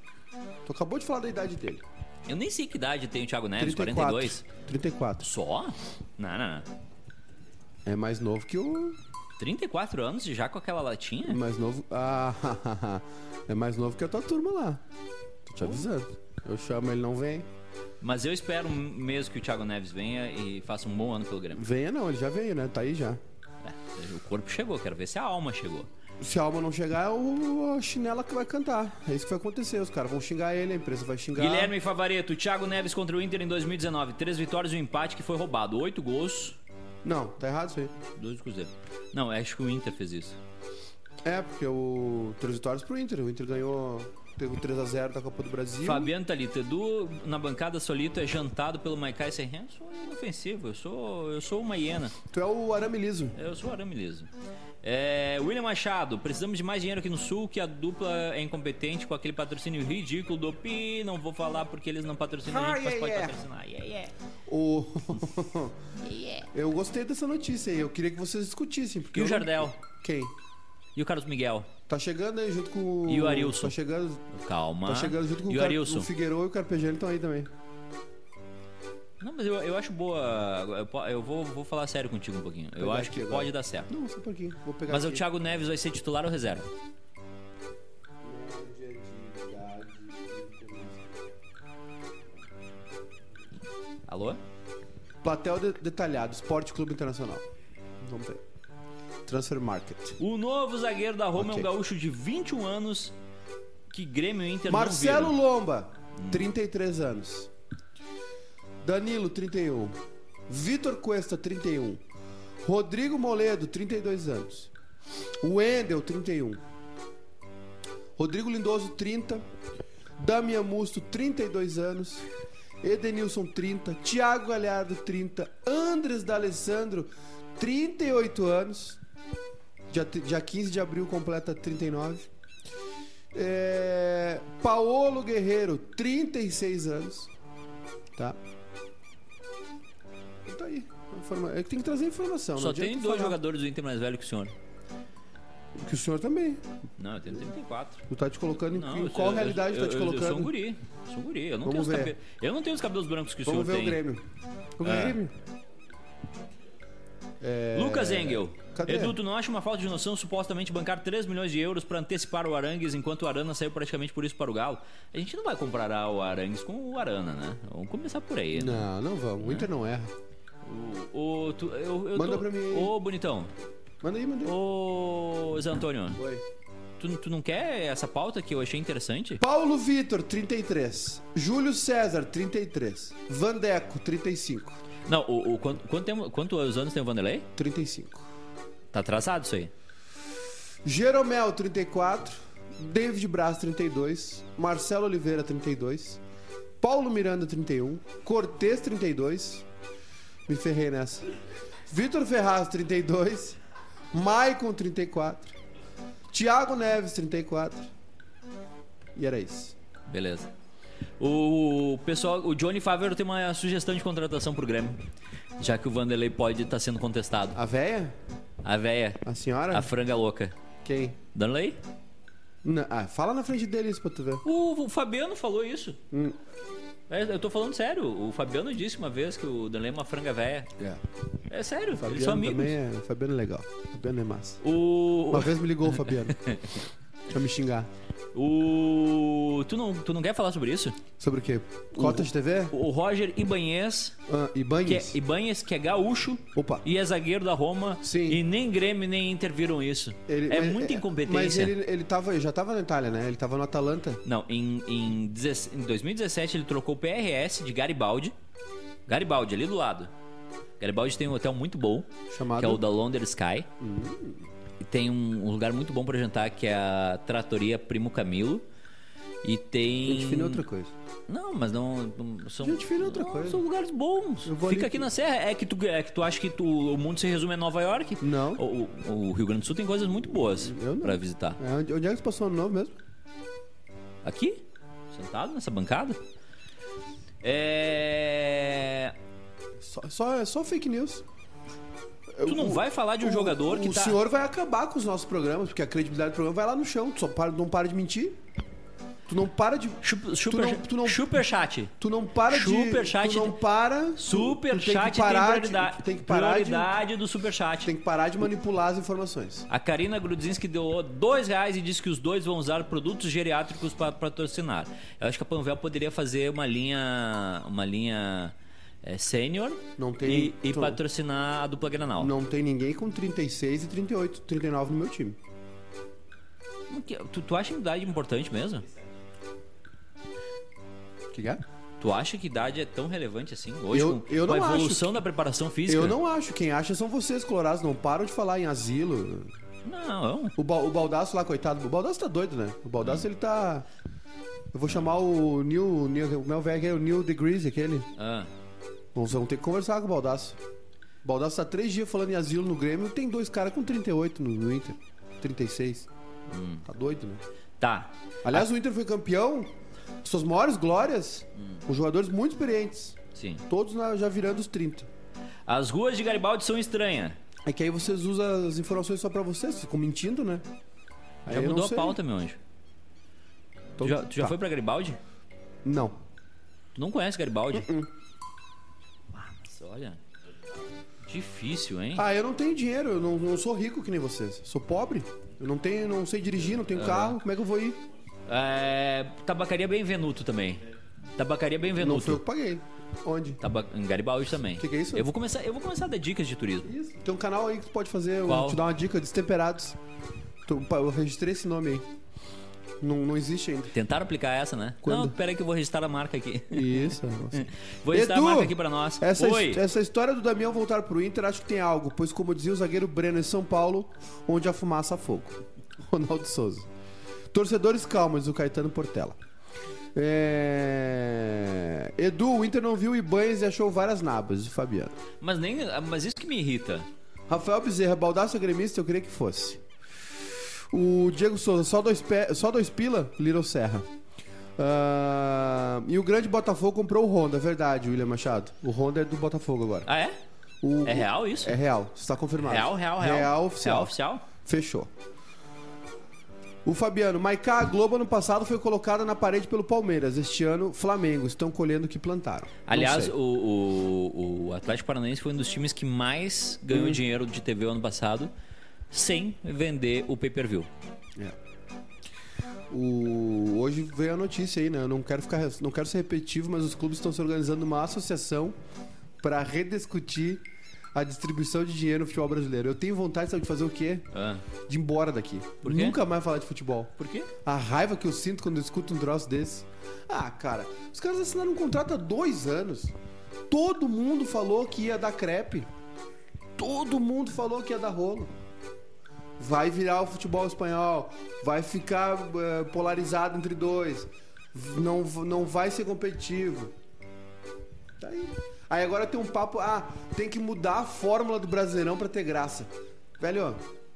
A: Tu acabou de falar da idade dele.
B: Eu nem sei que idade tem o Thiago Neves,
A: 34.
B: 42.
A: 34.
B: Só? Não, não, não.
A: É mais novo que o...
B: 34 anos e já com aquela
A: É
B: latinha?
A: mais novo... Ah, é mais novo que a tua turma lá. Tô te avisando. Eu chamo, ele não vem.
B: Mas eu espero mesmo que o Thiago Neves venha e faça um bom ano pelo Grêmio.
A: Venha não, ele já veio, né? Tá aí já.
B: É, o corpo chegou, quero ver se a alma chegou.
A: Se a alma não chegar, é o a chinela que vai cantar. É isso que vai acontecer. Os caras vão xingar ele, a empresa vai xingar.
B: Guilherme Favareto, Thiago Neves contra o Inter em 2019. Três vitórias e um empate que foi roubado. Oito gols,
A: Não, tá errado isso aí.
B: dois do Cruzeiro. Não, acho que o Inter fez isso.
A: É, porque o três vitórias pro Inter. O Inter ganhou. Teve o 3x0 da Copa do Brasil.
B: Fabiano Thalita, Edu na bancada solito é jantado pelo Maikai Serrinha. Eu sou inofensivo, eu sou, eu sou uma hiena.
A: Tu é o arame liso.
B: Eu sou arame liso. É, William Machado, precisamos de mais dinheiro aqui no Sul, que a dupla é incompetente com aquele patrocínio ridículo do Pi. Não vou falar porque eles não patrocinam a gente, mas pode patrocinar. Yeah, yeah.
A: O... eu gostei dessa notícia aí. Eu queria que vocês discutissem. Porque
B: E
A: eu
B: o
A: não-
B: Jardel?
A: Quem?
B: E o Carlos Miguel?
A: Tá chegando aí junto com.
B: E o Arilson?
A: Tá chegando,
B: Calma.
A: tá chegando junto com
B: e o
A: Car-
B: Arilson?
A: o Figueiredo e o Carpegiani estão aí também.
B: Não, mas eu, eu acho boa. Eu po- Eu vou, vou falar sério contigo um pouquinho. Eu
A: Pegar
B: acho
A: aqui
B: que
A: agora.
B: pode dar certo.
A: Não, só um pouquinho. Vou pegar
B: Mas o
A: aqui.
B: Thiago Neves vai ser titular ou reserva?
A: Média de idade internacional.
B: Alô?
A: Platel de- detalhado, Esporte Clube Internacional. Vamos ver. Transfer Market.
B: O novo zagueiro da
A: Ok.
B: Roma é um gaúcho de 21 anos que Grêmio e Inter
A: Marcelo
B: não viram.
A: Lomba, 33 anos. Danilo, 31. Vitor Cuesta, 31. Rodrigo Moledo, 32 anos. Wendel, 31. Rodrigo Lindoso, 30. Damian Musto, 32 anos. Edenilson, 30. Thiago Galhardo, 30. Andres D'Alessandro, 38 anos. Dia, dia 15 de abril completa 39. É... Paolo Guerreiro, 36 anos. Tá? Então Tá aí. Informa... é que Tem que trazer informação.
B: Só
A: não adianta
B: tem dois
A: falar.
B: jogadores do Inter mais velhos que o senhor.
A: Que o senhor também.
B: Não, eu tenho 34.
A: Tu tá te colocando em,
B: Não,
A: em
B: eu-
A: qual
B: eu-
A: realidade
B: eu,
A: tu tá te
B: eu- Eu
A: colocando?
B: sou um guri. Sou um guri. Eu não, tenho
A: Vamos
B: os,
A: ver.
B: cabe... eu não tenho os cabelos brancos que o
A: Vamos ver
B: senhor
A: o
B: um tem.
A: Grêmio. O
B: É.
A: Grêmio. É.
B: Lucas Engel.
A: Cadê?
B: Edu, tu não acha uma falta de noção supostamente bancar 3 milhões de euros pra antecipar o Arangues enquanto o Arana saiu praticamente por isso para o Galo? A gente não vai comparar o Arangues com o Arana, né? Vamos começar por aí. né?
A: Não, não vamos. O Inter não erra.
B: O, o- tu- eu- eu
A: Manda
B: tô-
A: pra mim aí.
B: Ô, bonitão.
A: Manda aí, manda aí.
B: Ô, Zé Antônio.
A: Oi.
B: Tu, tu não quer essa pauta que eu achei interessante?
A: Paulo Vitor, 33. Júlio César, 33. Vandeco, 35.
B: Não, o, o- quanto, quanto tempo- quantos anos tem o Vanderlei?
A: 35.
B: Tá atrasado isso aí.
A: Jeromel, 34. David Braz, 32. Marcelo Oliveira, 32. Paulo Miranda, 31. Cortez, 32. Me ferrei nessa. Vitor Ferraz, 32. Maicon, 34. Thiago Neves, 34. E era isso.
B: Beleza. O pessoal, o Johnny Favero tem uma sugestão de contratação pro Grêmio. Já que o Vanderlei pode estar sendo contestado.
A: A véia?
B: A véia,
A: A senhora?
B: a franga louca.
A: Quem?
B: Danley?
A: Não, ah, fala na frente deles pra tu ver.
B: O, o Fabiano falou isso.
A: Hum.
B: É, eu tô falando sério. O Fabiano disse uma vez que o Danley é uma franga véia.
A: É.
B: É sério, eles
A: Fabiano
B: são amigos.
A: também é. Fabiano é legal. Fabiano é massa.
B: O,
A: Uma vez me ligou o Fabiano. pra me xingar.
B: o tu não, tu não quer falar sobre isso?
A: Sobre o quê? Cotas de TV?
B: O Roger Ibanez,
A: Ah, e
B: que é,
A: banhos?
B: Ibanez, que é gaúcho
A: Opa.
B: e é zagueiro da Roma.
A: Sim.
B: E nem Grêmio nem Inter viram isso.
A: Ele-
B: é
A: mas-
B: muita incompetência.
A: Mas ele, ele tava, já tava na Itália, né? Ele tava no Atalanta.
B: Não, em, em, 16 em 2017 ele trocou o PRS de Garibaldi. Garibaldi, ali do lado. Garibaldi tem um hotel muito bom,
A: Chamado? Hum.
B: que é o da London Sky. E tem um, um lugar muito bom pra jantar, que é a Tratoria Primo Camilo. E tem.
A: Gente fina é outra coisa.
B: Não, mas não. não são,
A: Gente fina é outra
B: não,
A: coisa.
B: São lugares bons.
A: Eu vou
B: Fica
A: ali-
B: aqui na Serra. É que tu, é que tu acha que tu- o mundo se resume a Nova York?
A: Não.
B: O, o- o Rio Grande do Sul tem coisas muito boas
A: Eu não.
B: pra visitar.
A: É, onde, onde é que você passou ano novo mesmo?
B: Aqui? Sentado nessa bancada? É.
A: Só, só, é só fake news.
B: Tu não vai falar de um
A: O-
B: jogador que
A: o
B: tá.
A: senhor vai acabar com os nossos programas, porque a credibilidade do programa vai lá no chão. Tu só para, não para de mentir. Tu não para de.
B: Chupa,
A: tu
B: super,
A: não, tu não,
B: super chat.
A: tu não para de.
B: Superchat
A: tu não
B: tem-
A: para.
B: Super
A: tu, tu
B: chat
A: tem que parar
B: tem prioridade.
A: de, tem que parar de,
B: prioridade do super chat.
A: tem que parar de manipular as informações.
B: A Karina Grudzinski deu dois reais e disse que os dois vão usar produtos geriátricos para patrocinar. Eu acho que a Panvel poderia fazer uma linha, uma linha é, sênior
A: Não
B: e,
A: tem-
B: e
A: tu-
B: patrocinar a dupla Granal.
A: Não tem ninguém com 36 e 38, 39 no meu time.
B: Que- Tu, tu acha idade é importante mesmo?
A: Que é?
B: Tu acha que idade é tão relevante assim hoje
A: Eu-
B: com,
A: eu
B: com a
A: não acho
B: evolução da preparação física?
A: Eu não acho. Quem acha são vocês, colorados. Não param de falar em asilo.
B: Não, é um-
A: O, ba o Baldaço lá, coitado. O Baldaço tá doido, né? O Baldaço, ele tá... Eu vou chamar o Neil... Neil como é o velho? aquele? O Neil DeGrease, aquele.
B: ah,
A: Vamos, vamos ter que conversar com o Baldaço. O Baldaço tá três dias falando em asilo no Grêmio. e Tem dois caras com 38 no, no Inter. 36. Tá doido, né?
B: tá.
A: Aliás, o Inter foi campeão. Suas maiores glórias. Com jogadores muito experientes.
B: Sim.
A: Todos na- já virando os 30.
B: As ruas de Garibaldi são estranhas.
A: É que aí vocês usam as informações só pra vocês. Ficam mentindo, né? Aí eu
B: Já
A: não
B: mudou a
A: sei.
B: pauta, meu anjo.
A: Então,
B: Tu já, tu já
A: tá.
B: foi pra Garibaldi?
A: Não.
B: Tu não conhece Garibaldi?
A: Uh-uh.
B: Ah, mas olha. Difícil, hein?
A: Ah, eu não tenho dinheiro, eu não, não sou rico que nem vocês. Sou pobre. Eu não tenho, não sei dirigir, não tenho carro. Como é que eu vou ir?
B: É, tabacaria Benvenuto também. Tabacaria
A: Não foi eu
B: Benvenuto.
A: que paguei. Onde?
B: Taba... Em Garibaldi também.
A: Que que é isso?
B: Eu vou começar, eu vou começar a dar dicas de turismo.
A: Isso. Tem um canal aí que tu pode fazer, eu
B: Qual?
A: te dar uma dica, Destemperados. Tu- pa- Eu registrei esse nome aí. Não, não existe ainda.
B: Tentaram aplicar essa, né?
A: Quando?
B: Não, pera aí que eu vou registrar a marca aqui.
A: Isso. nossa.
B: Vou registrar
A: Edu,
B: a marca aqui pra nós.
A: Essa, é-
B: Oi.
A: his- essa história do Damião voltar pro Inter acho que tem algo, pois como dizia o zagueiro Breno em São Paulo, onde a fumaça há fogo. Ronaldo Souza. Torcedores calmos, o Caetano Portela. É... Edu, o Inter não viu Ibanez e achou várias nabas, o Fabiano.
B: Mas nem, mas isso que me irrita.
A: Rafael Bezerra, Baldaço é gremista, eu queria que fosse. O Diego Souza, só dois, pe- só dois pila, Little Serra. Ah, e o grande Botafogo comprou o Honda, é verdade, William Machado. O Honda é do Botafogo agora.
B: Ah, é?
A: O-
B: É real isso?
A: É real, está confirmado.
B: Real, real, real.
A: Real oficial.
B: Real oficial?
A: Fechou. O Fabiano, Maiká, a Globo ano passado foi colocada na parede pelo Palmeiras. Este ano, Flamengo. Estão colhendo o que plantaram. Não
B: Aliás,
A: sei.
B: o, o, o Atlético Paranaense foi um dos times que mais ganhou
A: Hum.
B: dinheiro de TV ano passado sem vender o pay-per-view.
A: É. O- Hoje veio a notícia aí, né? Eu não quero, ficar... não quero ser repetitivo, mas os clubes estão se organizando uma associação para rediscutir a distribuição de dinheiro no futebol brasileiro. Eu tenho vontade, sabe, de fazer o quê?
B: Ah,
A: De ir embora daqui.
B: Por quê?
A: Nunca mais falar de futebol.
B: por quê?
A: A raiva que eu sinto quando eu escuto um troço desse. Ah, cara, os caras assinaram um contrato há dois anos. Todo mundo falou que ia dar crepe. Todo mundo falou que ia dar rolo. Vai virar o futebol espanhol. Vai ficar eh, polarizado entre dois. v- Não, v- não vai ser competitivo. Tá aí. Aí agora tem um papo. Ah, tem que mudar a fórmula do Brasileirão pra ter graça. Velho, ó,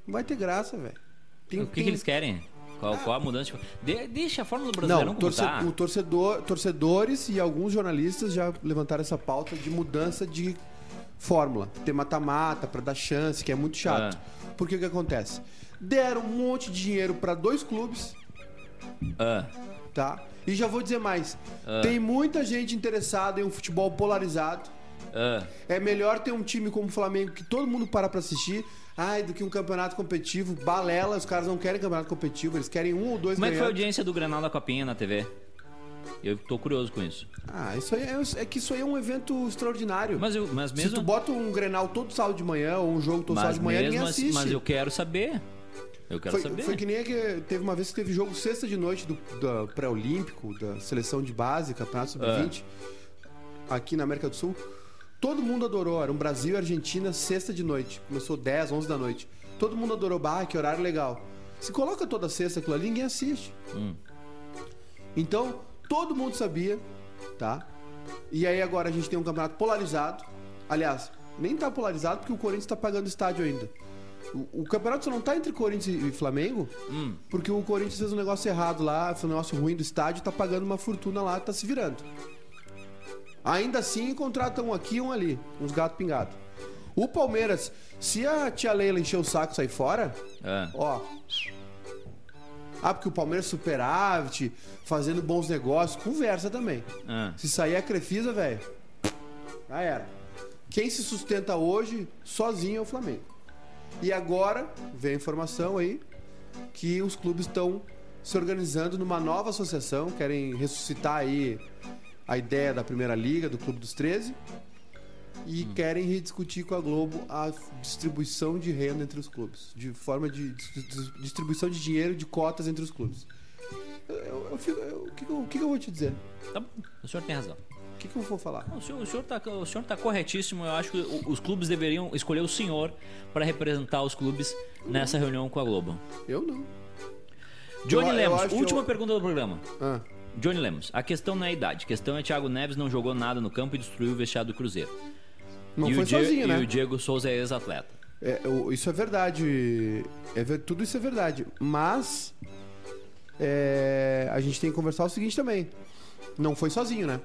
A: não vai ter graça, velho. Tem-
B: O que, que
A: tem-
B: eles querem? Qual, qual a mudança? De- deixa a fórmula do brasileiro
A: não,
B: não,
A: torce-
B: contar.
A: o torcedor, torcedores e alguns jornalistas já levantaram essa pauta de mudança de fórmula. Ter mata-mata pra dar chance, que é muito chato. Porque o que acontece? Deram um monte de dinheiro pra dois clubes,
B: Ah,
A: tá? E já vou dizer mais.
B: É.
A: Tem muita gente interessada em um futebol polarizado.
B: ah.
A: É melhor ter um time como o Flamengo que todo mundo para pra assistir. Ai, do que um campeonato competitivo, balela, os caras não querem campeonato competitivo, eles querem um ou dois
B: Como é que foi a
A: ganhando.
B: audiência do Granal da Copinha na TV? Eu tô curioso com isso.
A: Ah, isso aí é, é que isso aí é um evento extraordinário.
B: Mas, eu, mas
A: Se tu
B: mesmo.
A: bota um Grenal todo sábado de manhã ou um jogo todo sábado
B: mas,
A: de manhã,
B: mesmo
A: ninguém
B: assim-
A: assiste.
B: mas eu quero saber. Eu quero
A: foi,
B: saber.
A: foi que nem a que teve uma vez que teve jogo sexta de noite do da
B: Ah.
A: pré-olímpico, da seleção de base, campeonato sub-20, aqui na América do Sul. Todo mundo adorou. Era um Brasil e Argentina, sexta de noite. Começou 10, 11 da noite. Todo mundo adorou. Bah, que horário legal. Se coloca toda sexta aquilo ali, ninguém assiste.
B: Hum.
A: Então, todo mundo sabia, tá? E aí agora a gente tem um campeonato polarizado. Aliás, nem tá polarizado porque o Corinthians tá pagando estádio ainda. O, o campeonato só não tá entre Corinthians e Flamengo
B: Hum.
A: porque o Corinthians fez um negócio errado lá, fez um negócio ruim do estádio, tá pagando uma fortuna lá, tá se virando. Ainda assim, contratam um aqui e um ali, uns gato pingado. O Palmeiras, se a tia Leila encher o saco e sair fora,
B: Ah.
A: Ó. Ah, porque o Palmeiras superávit, fazendo bons negócios, conversa também.
B: Ah.
A: Se sair a Crefisa, velho, já era. Quem se sustenta hoje sozinho é o Flamengo. E agora vem a informação aí que os clubes estão se organizando numa nova associação, querem ressuscitar aí a ideia da Primeira Liga, do Clube dos 13, e querem rediscutir com a Globo a distribuição de renda entre os clubes, de forma de dis- dis- distribuição de dinheiro de cotas entre os clubes. Eu- eu- eu fico- eu- o que que eu- o que que eu vou te dizer?
B: Tá bom, o senhor tem razão.
A: O que, que eu vou falar?
B: Não, O senhor, o, senhor tá, o senhor tá corretíssimo. Eu acho que o- os clubes deveriam escolher o senhor para representar os clubes nessa reunião com a Globo.
A: Eu não.
B: Johnny
A: Eu- eu
B: Lemos,
A: acho que
B: última
A: eu-
B: pergunta do programa.
A: Ah,
B: Johnny Lemos, a questão não é a idade. A questão é Thiago Neves não jogou nada no campo e destruiu o vestiário do Cruzeiro.
A: não
B: e
A: foi
B: o Diego,
A: sozinho,
B: e
A: né?
B: o Diego Souza é ex-atleta.
A: É, eu- isso é verdade. É ver- tudo isso é verdade. Mas é, a gente tem que conversar o seguinte também. Não foi sozinho, né?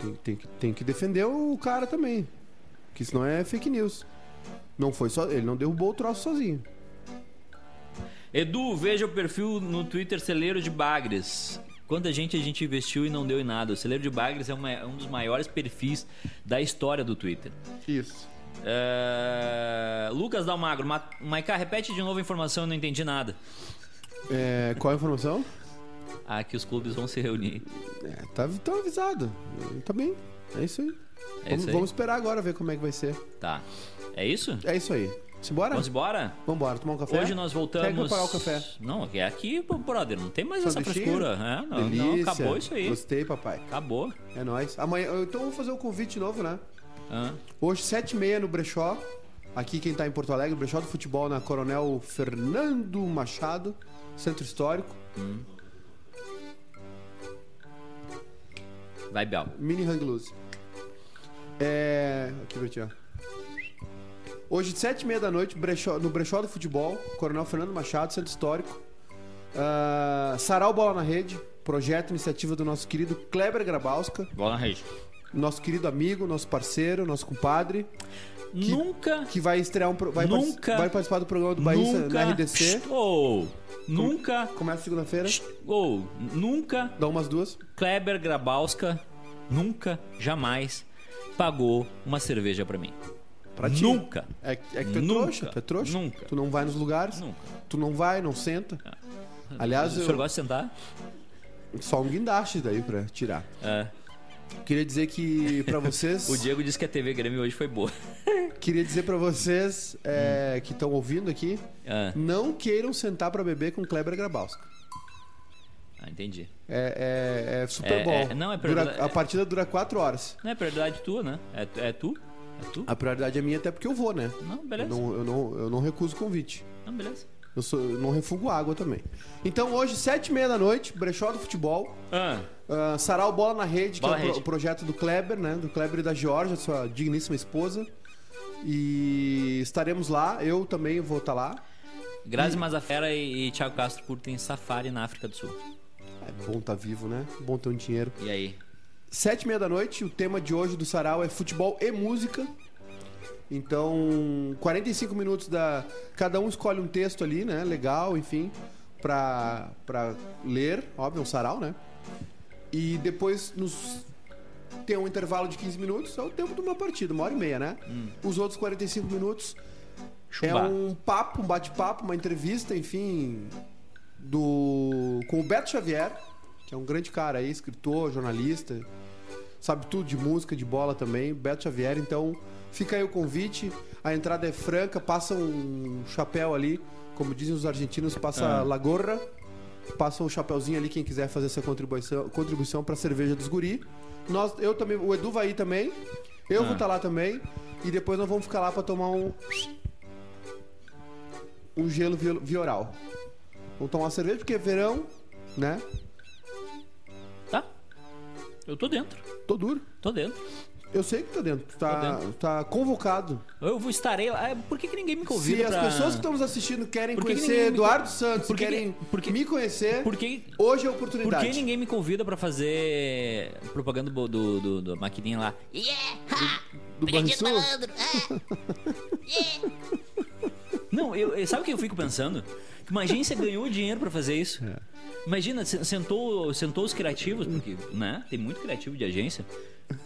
A: Tem, tem que, tem que defender o cara também. Que senão é fake news. Não foi só. Ele não derrubou o troço sozinho.
B: Edu, veja o perfil no Twitter Celeiro de Bagres. Quanta gente a gente investiu e não deu em nada. O Celeiro de Bagres é, uma- é um dos maiores perfis da história do Twitter.
A: Isso.
B: É, Lucas Dalmagro, Ma... Maiká, repete de novo a informação, eu não entendi nada.
A: É, qual a informação?
B: Ah, que os clubes vão se reunir.
A: É, tá, tá avisado. Tá bem. É isso aí.
B: É
A: vamos,
B: isso aí.
A: vamos esperar agora ver como é que vai ser.
B: Tá. É isso?
A: É isso aí. Simbora?
B: Vamos embora?
A: Vambora, tomar um café.
B: Hoje nós voltamos.
A: Quer que eu pagar o café?
B: Não, é aqui, brother, não tem mais essa
A: Sanduichinho?
B: frescura. É, não, não,
A: Delícia.
B: acabou isso aí.
A: Gostei, papai.
B: Acabou.
A: É nóis. Amanhã, então vamos fazer o convite novo, né?
B: Hã?
A: Hoje, 7h30 no Brechó. Aqui quem tá em Porto Alegre, Brechó do Futebol na Coronel Fernando Machado, Centro Histórico.
B: Vai, Bel.
A: Mini Hang Loose. É. Aqui, Bertinho. Hoje, de 7 e meia da noite, brechó- no Brechó do Futebol, Coronel Fernando Machado, Centro Histórico. Ah, Sarau Bola na Rede, projeto, iniciativa do nosso querido Kleber Grabowska,
B: Bola na rede.
A: nosso querido amigo, nosso parceiro, nosso compadre,
B: Nunca.
A: que vai estrear um. pro- Vai,
B: Nunca-
A: partici- vai participar do programa do Bahia
B: nunca.
A: na RDC.
B: Psst, Ou. nunca.
A: Começa segunda-feira,
B: psst, Ou. nunca.
A: dá umas duas.
B: Kleber Grabowska nunca, jamais pagou uma cerveja pra mim.
A: Pra ti.
B: Nunca.
A: É, é que tu é
B: Nunca.
A: trouxa, tu é trouxa.
B: Nunca.
A: Tu não vai nos lugares,
B: Nunca. Ah.
A: tu não vai, não senta. Aliás,
B: o senhor
A: eu,
B: gosta de sentar?
A: Só um guindaste daí pra tirar.
B: É.
A: Queria dizer que pra vocês,
B: O Diego disse que a TV Grêmio hoje foi boa.
A: queria dizer para vocês é, que estão ouvindo aqui,
B: Ah,
A: não queiram sentar pra beber com Kleber Grabowska.
B: ah, entendi.
A: É, é- é Super
B: É,
A: Bowl.
B: é, não, é pra-
A: Dura- a partida dura quatro horas.
B: Não é prioridade tua, né? É, é tu? É tu?
A: A prioridade é minha até porque eu vou, né?
B: Não,
A: Eu
B: beleza.
A: não, eu não, eu não recuso o convite.
B: Não, beleza.
A: Eu, sou- eu não refugo água também. Então hoje, sete e meia da noite, brechó do futebol.
B: Ah,
A: Ah, Sarau Bola na Rede,
B: Bola
A: que
B: na
A: é o, pro-
B: Rede.
A: o projeto do Kleber, né? Do Kleber e da Georgia, sua digníssima esposa. E estaremos lá, eu também vou estar lá.
B: Grazi Mazafera e, e Thiago Castro curtem safari na África do Sul.
A: É bom estar vivo, né? Bom ter um dinheiro.
B: E aí?
A: É Sete e meia da noite, o tema de hoje do Sarau é futebol e música. Então, 45 minutos da. Cada um escolhe um texto ali, né? Legal, enfim. Pra, pra ler, óbvio, é um sarau, né? E depois nos tem um intervalo de 15 minutos, é o tempo de uma partida, uma hora e meia, né? Os outros 45 minutos
B: Chumbar.
A: é um papo, um bate-papo, uma entrevista, enfim, do com o Beto Xavier, que é um grande cara aí, escritor, jornalista, sabe tudo de música, de bola também, Beto Xavier. Então, fica aí o convite. A entrada é franca, passa um chapéu ali, como dizem os argentinos, passa
B: Ah.
A: la gorra, Passa um chapeuzinho ali quem quiser fazer essa contribuição, contribuição para cerveja dos guri. Nós, eu também, o Edu vai ir também. Eu
B: Ah.
A: vou estar lá também e depois nós vamos ficar lá para tomar um um gelo vi- vioral. Vamos tomar uma cerveja porque é verão, né?
B: Tá? Eu tô dentro.
A: Tô duro.
B: Tô dentro.
A: Eu sei que tá dentro, tu tá,
B: Tô dentro.
A: tá convocado.
B: Eu vou estarei lá. Ah, Por que, que ninguém me convida
A: Se as
B: pra...
A: pessoas que estão nos assistindo querem
B: Por que que
A: conhecer
B: ninguém me
A: Eduardo
B: con-
A: Santos,
B: Por que que-
A: querem
B: por que-
A: me conhecer,
B: Por que...
A: hoje é a
B: Por
A: oportunidade.
B: que ninguém me convida pra fazer propaganda do, do, do- da maquininha lá?
D: Yeah! Ha!
A: Do
D: Perdido
A: Banrisul?
D: malandro! É! Yeah!
B: Não, eu, eu- sabe o que eu fico pensando? Que uma agência ganhou dinheiro pra fazer isso.
A: É.
B: Imagina, se- sentou, sentou os criativos, porque né, tem muito criativo de agência.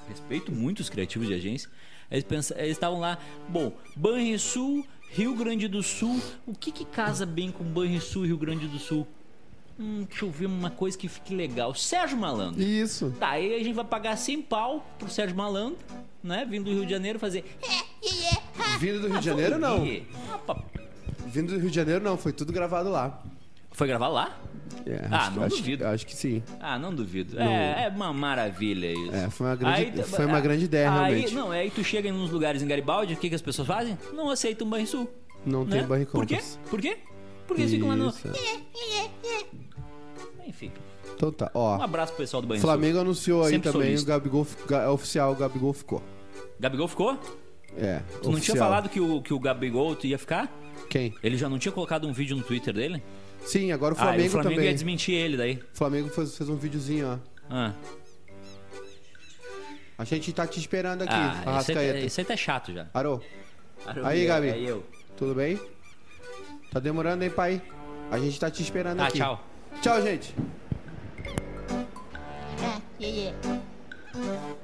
B: Respeito muito os criativos de agência. Eles pensa- eles estavam lá, bom, Banrisul, Rio Grande do Sul. O que, que casa bem com Banrisul, Rio Grande do Sul? Hum, deixa eu ver uma coisa que fique legal. Sérgio Malandro.
A: Isso.
B: Tá, aí a gente vai pagar 100 pau pro Sérgio Malandro, né? Vindo do Rio de Janeiro fazer.
D: Yeah! Yeah! Ha!
A: Vindo do Rio de Janeiro, não.
B: Ah, pa-
A: Vindo do Rio de Janeiro, não. Foi tudo gravado lá.
B: Foi gravar lá?
A: É,
B: Ah,
A: acho,
B: não
A: acho-
B: duvido.
A: Acho que sim.
B: Ah, não duvido. É, é uma maravilha isso.
A: É, foi uma grande-
B: tu-
A: foi uma grande ideia,
B: aí,
A: realmente.
B: Não, aí tu chega em uns lugares em Garibaldi, o que, que as pessoas fazem? Não aceitam banrisul.
A: Não
B: né?
A: tem Barry
B: Por quê?
A: Compass.
B: Por quê? Porque eles ficam lá no...
A: Isso.
B: Enfim,
A: Então tá,
B: um
A: ó.
B: abraço pro pessoal do banrisul.
A: Flamengo anunciou aí
B: Sempre
A: também
B: solista.
A: o Gabigol, fi- ga- é oficial, o Gabigol ficou.
B: Gabigol ficou?
A: É.
B: Tu não tinha falado que o, que o Gabigol tu ia ficar?
A: Quem?
B: Ele já não tinha colocado um vídeo no Twitter dele?
A: Sim, agora o
B: ah, e
A: Flamengo,
B: o Flamengo
A: também.
B: ia desmentir ele daí.
A: O Flamengo fez, fez um videozinho, ó.
B: Ah,
A: A gente tá te esperando aqui,
B: ah isso, aí, tá-
A: Arrascaeta.
B: isso aí tá chato já.
A: Arô, Aí, Gabi.
B: Aí eu.
A: tudo bem? Tá demorando, hein, pai? A gente tá te esperando
B: Ah,
A: aqui.
B: tchau.
A: Tchau, gente.
D: Ha! Yeah! Yeah!